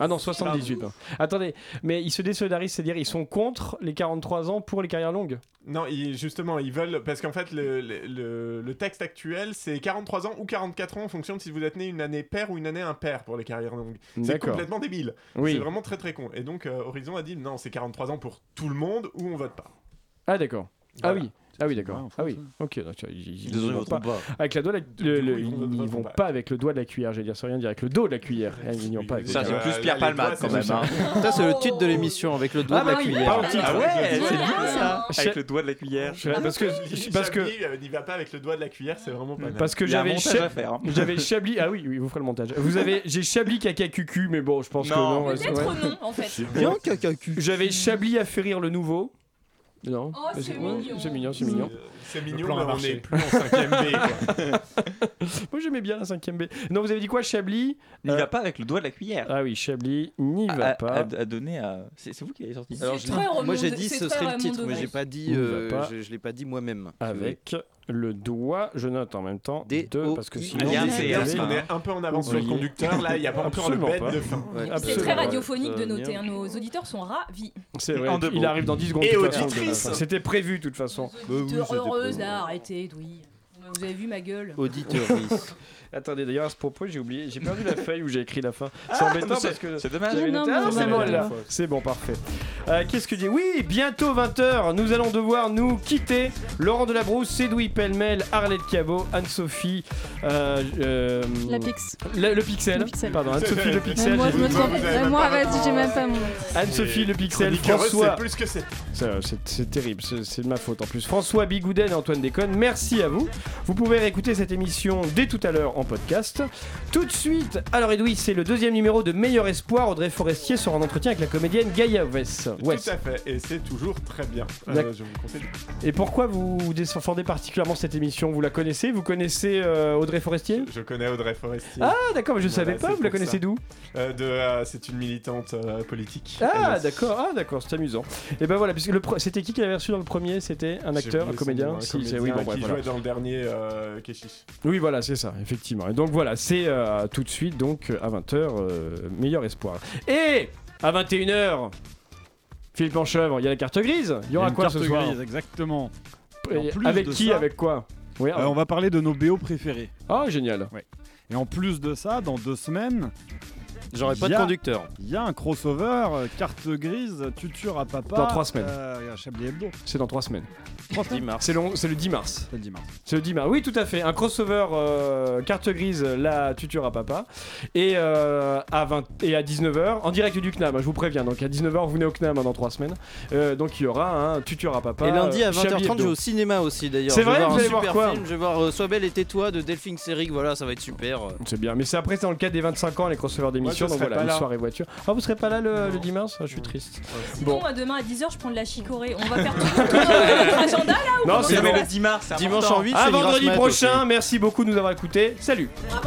Speaker 2: Ah non, 78. hein. Attendez, mais ils se désolidarisent, c'est-à-dire ils sont contre les 43 ans pour les carrières longues
Speaker 9: Non, ils- justement, ils veulent. Parce qu'en fait, le, le- le- le texte actuel, c'est 43 ans ou 44 ans en fonction de si vous êtes né une année paire ou une année impaire pour les carrières longues. C'est
Speaker 2: D'accord.
Speaker 9: complètement débile.
Speaker 2: Oui.
Speaker 9: C'est vraiment très très con. Et donc, euh, Horizon a dit non, c'est 43 ans pour tout le monde ou on vote pas.
Speaker 2: Ah d'accord.
Speaker 9: Voilà.
Speaker 2: Ah oui. Ah oui, d'accord. Ah oui, ok. donc, tu vois, ils- ils- ils vont pas. Avec la doigt, de la-
Speaker 9: Du
Speaker 2: le-
Speaker 9: coup,
Speaker 2: le-
Speaker 9: ils vont-
Speaker 2: ils
Speaker 9: vont
Speaker 2: vont
Speaker 9: pas.
Speaker 2: pas avec le doigt de la cuillère, j'allais dire sans rien dire, avec le dos de la cuillère. Ah, Ils n'y ont pas avec le
Speaker 10: Ça,
Speaker 2: doigt.
Speaker 10: c'est plus Pierre Palmade quand même. hein.
Speaker 1: Ça, c'est le titre de l'émission avec le doigt
Speaker 2: Ah
Speaker 1: de la
Speaker 2: bah oui,
Speaker 1: cuillère.
Speaker 2: pardon.
Speaker 10: Ah ouais, c'est bien ça
Speaker 2: Je-
Speaker 10: Avec le doigt de la cuillère.
Speaker 2: Je- parce
Speaker 9: Ah
Speaker 2: que- je- parce que- Mm.
Speaker 9: Chablis, euh, n'y va pas avec le doigt de la cuillère, c'est vraiment pas.
Speaker 2: Parce que
Speaker 10: Il y a un
Speaker 2: j'avais
Speaker 10: montage
Speaker 2: Chab-
Speaker 10: à faire, hein.
Speaker 2: j'avais Chablis. Ah oui, oui, vous ferez le montage. Vous avez, j'ai Chablis caca cucu, mais bon, je pense que
Speaker 10: Non.
Speaker 2: non. ouais, c'est-
Speaker 3: Peut-être
Speaker 2: ouais.
Speaker 3: non, en fait.
Speaker 1: Bien caca cul.
Speaker 2: J'avais Chablis à férir le nouveau. Non.
Speaker 3: Oh, c'est
Speaker 2: ouais,
Speaker 3: mignon.
Speaker 2: C'est mignon, c'est mignon.
Speaker 9: C'est
Speaker 2: Le
Speaker 9: mignon,
Speaker 2: plan a
Speaker 9: mais on
Speaker 2: marché.
Speaker 9: n'est plus en 5ème B. quoi.
Speaker 2: Moi j'aimais bien la 5ème B. Non, vous avez dit quoi, Chablis
Speaker 10: Il
Speaker 2: Euh,
Speaker 10: va pas avec le doigt de la cuillère.
Speaker 2: Ah oui, Chablis n'y
Speaker 10: À-
Speaker 2: va
Speaker 10: à-
Speaker 2: pas.
Speaker 10: à donner à. C'est c'est vous qui l'avez sorti.
Speaker 1: Alors,
Speaker 3: C'est
Speaker 1: je-
Speaker 3: très
Speaker 1: moi, j'ai
Speaker 3: Raymond-
Speaker 1: dit
Speaker 3: c'est
Speaker 1: ce
Speaker 3: très
Speaker 1: serait le
Speaker 3: Raymond
Speaker 1: titre, mais
Speaker 3: Devray.
Speaker 1: j'ai pas dit,
Speaker 2: Il va
Speaker 1: euh,
Speaker 2: pas.
Speaker 1: je, je l'ai pas dit moi-même.
Speaker 2: avec le doigt, je note en même temps,
Speaker 1: D,
Speaker 2: deux,
Speaker 1: O,
Speaker 2: parce que
Speaker 1: I.
Speaker 2: sinon...
Speaker 10: Ah, bien,
Speaker 2: vous
Speaker 10: c'est-
Speaker 2: avez-
Speaker 10: hein,
Speaker 9: on est un peu en avance sur le
Speaker 2: Oublié.
Speaker 9: conducteur, là, il n'y a pas encore le
Speaker 2: Absolument
Speaker 9: bête
Speaker 2: pas.
Speaker 9: de fin.
Speaker 1: Ouais,
Speaker 3: C'est
Speaker 2: Absolument.
Speaker 3: très
Speaker 1: Ouais.
Speaker 3: radiophonique de
Speaker 1: Euh,
Speaker 3: noter.
Speaker 1: bien.
Speaker 3: hein, Nos auditeurs sont ravis.
Speaker 2: C'est vrai,
Speaker 10: En deux
Speaker 2: il
Speaker 10: mots.
Speaker 2: arrive dans 10 secondes.
Speaker 9: Et
Speaker 2: de toute façon,
Speaker 9: auditrice.
Speaker 2: de- C'était prévu de toute façon.
Speaker 3: Auditeurs heureuses, là, arrêtez, oui. Vous avez vu ma gueule.
Speaker 1: Auditeurice.
Speaker 2: Attendez, d'ailleurs, à ce propos, j'ai oublié, j'ai perdu la feuille où j'ai écrit la fin. C'est embêtant
Speaker 10: mais Ah, c'est-
Speaker 2: parce que.
Speaker 10: c'est dommage.
Speaker 2: j'avais
Speaker 13: Non,
Speaker 2: noté-
Speaker 13: non,
Speaker 2: Ah non,
Speaker 13: mais
Speaker 2: c'est
Speaker 13: on
Speaker 2: bon,
Speaker 13: l'a
Speaker 2: là.
Speaker 13: pas.
Speaker 2: C'est bon, parfait. Euh, Qu'est-ce que je dis Oui, bientôt 20h, nous allons devoir nous quitter. Laurent Delabrousse, Cédouille Pellemel, Arlette Cabot, Anne-Sophie. euh, euh,
Speaker 13: La Pix.
Speaker 2: le, le pixel.
Speaker 13: Le Pixel.
Speaker 2: Pardon, hein, Anne-Sophie le pixel.
Speaker 13: Même moi,
Speaker 2: j'ai
Speaker 13: je me
Speaker 2: dit-
Speaker 13: trompe.
Speaker 9: vous avez
Speaker 13: Même
Speaker 9: même
Speaker 13: moi,
Speaker 9: pas
Speaker 13: vas-y, j'ai même pas mon.
Speaker 2: Anne-Sophie le pixel,
Speaker 9: Chroniqueuse,
Speaker 2: François.
Speaker 9: C'est plus que c'est.
Speaker 2: Ça, C'est c'est terrible, c'est c'est de ma faute en plus. François Bigouden et Antoine Déconne, merci à vous. Vous pouvez réécouter cette émission dès tout à l'heure en podcast. Tout de suite, alors Edoui, c'est le deuxième numéro de Meilleur Espoir. Audrey Forestier sera en entretien avec la comédienne Gaïa West.
Speaker 9: Tout à fait, et c'est toujours très bien. Euh,
Speaker 2: D'ac-
Speaker 9: je vous le conseille.
Speaker 2: Et pourquoi vous défendez particulièrement cette émission Vous la connaissez Vous connaissez euh, Audrey Forestier
Speaker 9: Je connais Audrey Forestier.
Speaker 2: Ah d'accord, mais je
Speaker 9: Voilà,
Speaker 2: savais pas,
Speaker 9: c'est
Speaker 2: vous la
Speaker 9: pour
Speaker 2: connaissez
Speaker 9: ça.
Speaker 2: d'où
Speaker 9: Euh, de, euh, c'est une militante euh, politique.
Speaker 2: Ah
Speaker 9: Elle-
Speaker 2: d'accord, ah d'accord, c'est amusant. Et ben voilà, puisque le pre- c'était qui qui l'avait reçu dans le premier C'était un
Speaker 9: J'ai
Speaker 2: acteur, un
Speaker 9: oublié son
Speaker 2: comédien,
Speaker 9: nom, un
Speaker 2: Si,
Speaker 9: comédien
Speaker 2: c'est- oui, bon, bref,
Speaker 9: qui
Speaker 2: voilà.
Speaker 9: jouait dans le dernier euh, Keshish.
Speaker 2: Oui, voilà, c'est ça, effectivement. Et donc voilà, c'est euh, tout de suite, donc à 20h, meilleur espoir. Et à 21h, Philippe Enchevre, il y a la carte grise. Il y aura
Speaker 11: une
Speaker 2: quoi
Speaker 11: carte
Speaker 2: ce soir
Speaker 11: grise, exactement. Et en
Speaker 2: Et
Speaker 11: plus
Speaker 2: Avec
Speaker 11: de
Speaker 2: qui
Speaker 11: ça-
Speaker 2: Avec quoi Oui,
Speaker 11: Euh, on va parler de nos BO préférés.
Speaker 2: Ah, génial.
Speaker 11: Et en plus de ça, dans deux semaines,
Speaker 1: J'aurais pas
Speaker 11: Il y
Speaker 1: de
Speaker 11: a-
Speaker 1: conducteur.
Speaker 11: il y a un crossover, euh, carte grise, tuture à papa.
Speaker 2: Dans trois semaines.
Speaker 11: euh, à Chablis Hebdo.
Speaker 2: C'est dans 3 semaines.
Speaker 11: Trois semaines.
Speaker 1: 10 mars.
Speaker 2: C'est long- c'est le 10 mars.
Speaker 11: C'est le 10 mars.
Speaker 2: C'est le 10 mars. bah Oui, tout à fait. Un crossover euh, carte grise, la tuture à papa. Et, euh, à 20, et à 19h, en direct du CNAM, hein, je vous préviens. Donc à 19h, vous venez au CNAM hein, dans 3 semaines. Euh, donc il y aura un tuture à papa.
Speaker 1: Et lundi à
Speaker 2: euh, Chablis
Speaker 1: 20h30, je
Speaker 2: Hebdo.
Speaker 1: vais au cinéma aussi d'ailleurs.
Speaker 2: C'est
Speaker 1: Je vais
Speaker 2: vrai,
Speaker 1: voir
Speaker 2: vous
Speaker 1: un
Speaker 2: allez voir
Speaker 1: super
Speaker 2: quoi
Speaker 1: film, Je vais voir euh, Sois belle et tais-toi de Delphine Seyrig. Voilà, ça va être super. euh.
Speaker 2: C'est bien, mais c'est après, c'est dans le cadre des 25 ans, les crossovers d'émission,
Speaker 9: Moi, je
Speaker 2: donc
Speaker 9: serai
Speaker 2: voilà,
Speaker 9: pas
Speaker 2: une
Speaker 9: là.
Speaker 2: soirée voiture. Ah, vous serez pas là le, le dimanche Ah, Je suis triste.
Speaker 3: Sinon, à demain à 10h, je prends de la chicorée. On va faire tout, tout notre agenda là ou
Speaker 2: Non,
Speaker 3: comment
Speaker 2: c'est
Speaker 3: ça
Speaker 2: bon.
Speaker 10: le 10 mars, c'est
Speaker 1: Dimanche
Speaker 10: important.
Speaker 1: en 8,
Speaker 2: À
Speaker 1: c'est Grasse
Speaker 2: vendredi
Speaker 1: Mat
Speaker 2: prochain, merci beaucoup de nous avoir écoutés. Salut
Speaker 3: Bravo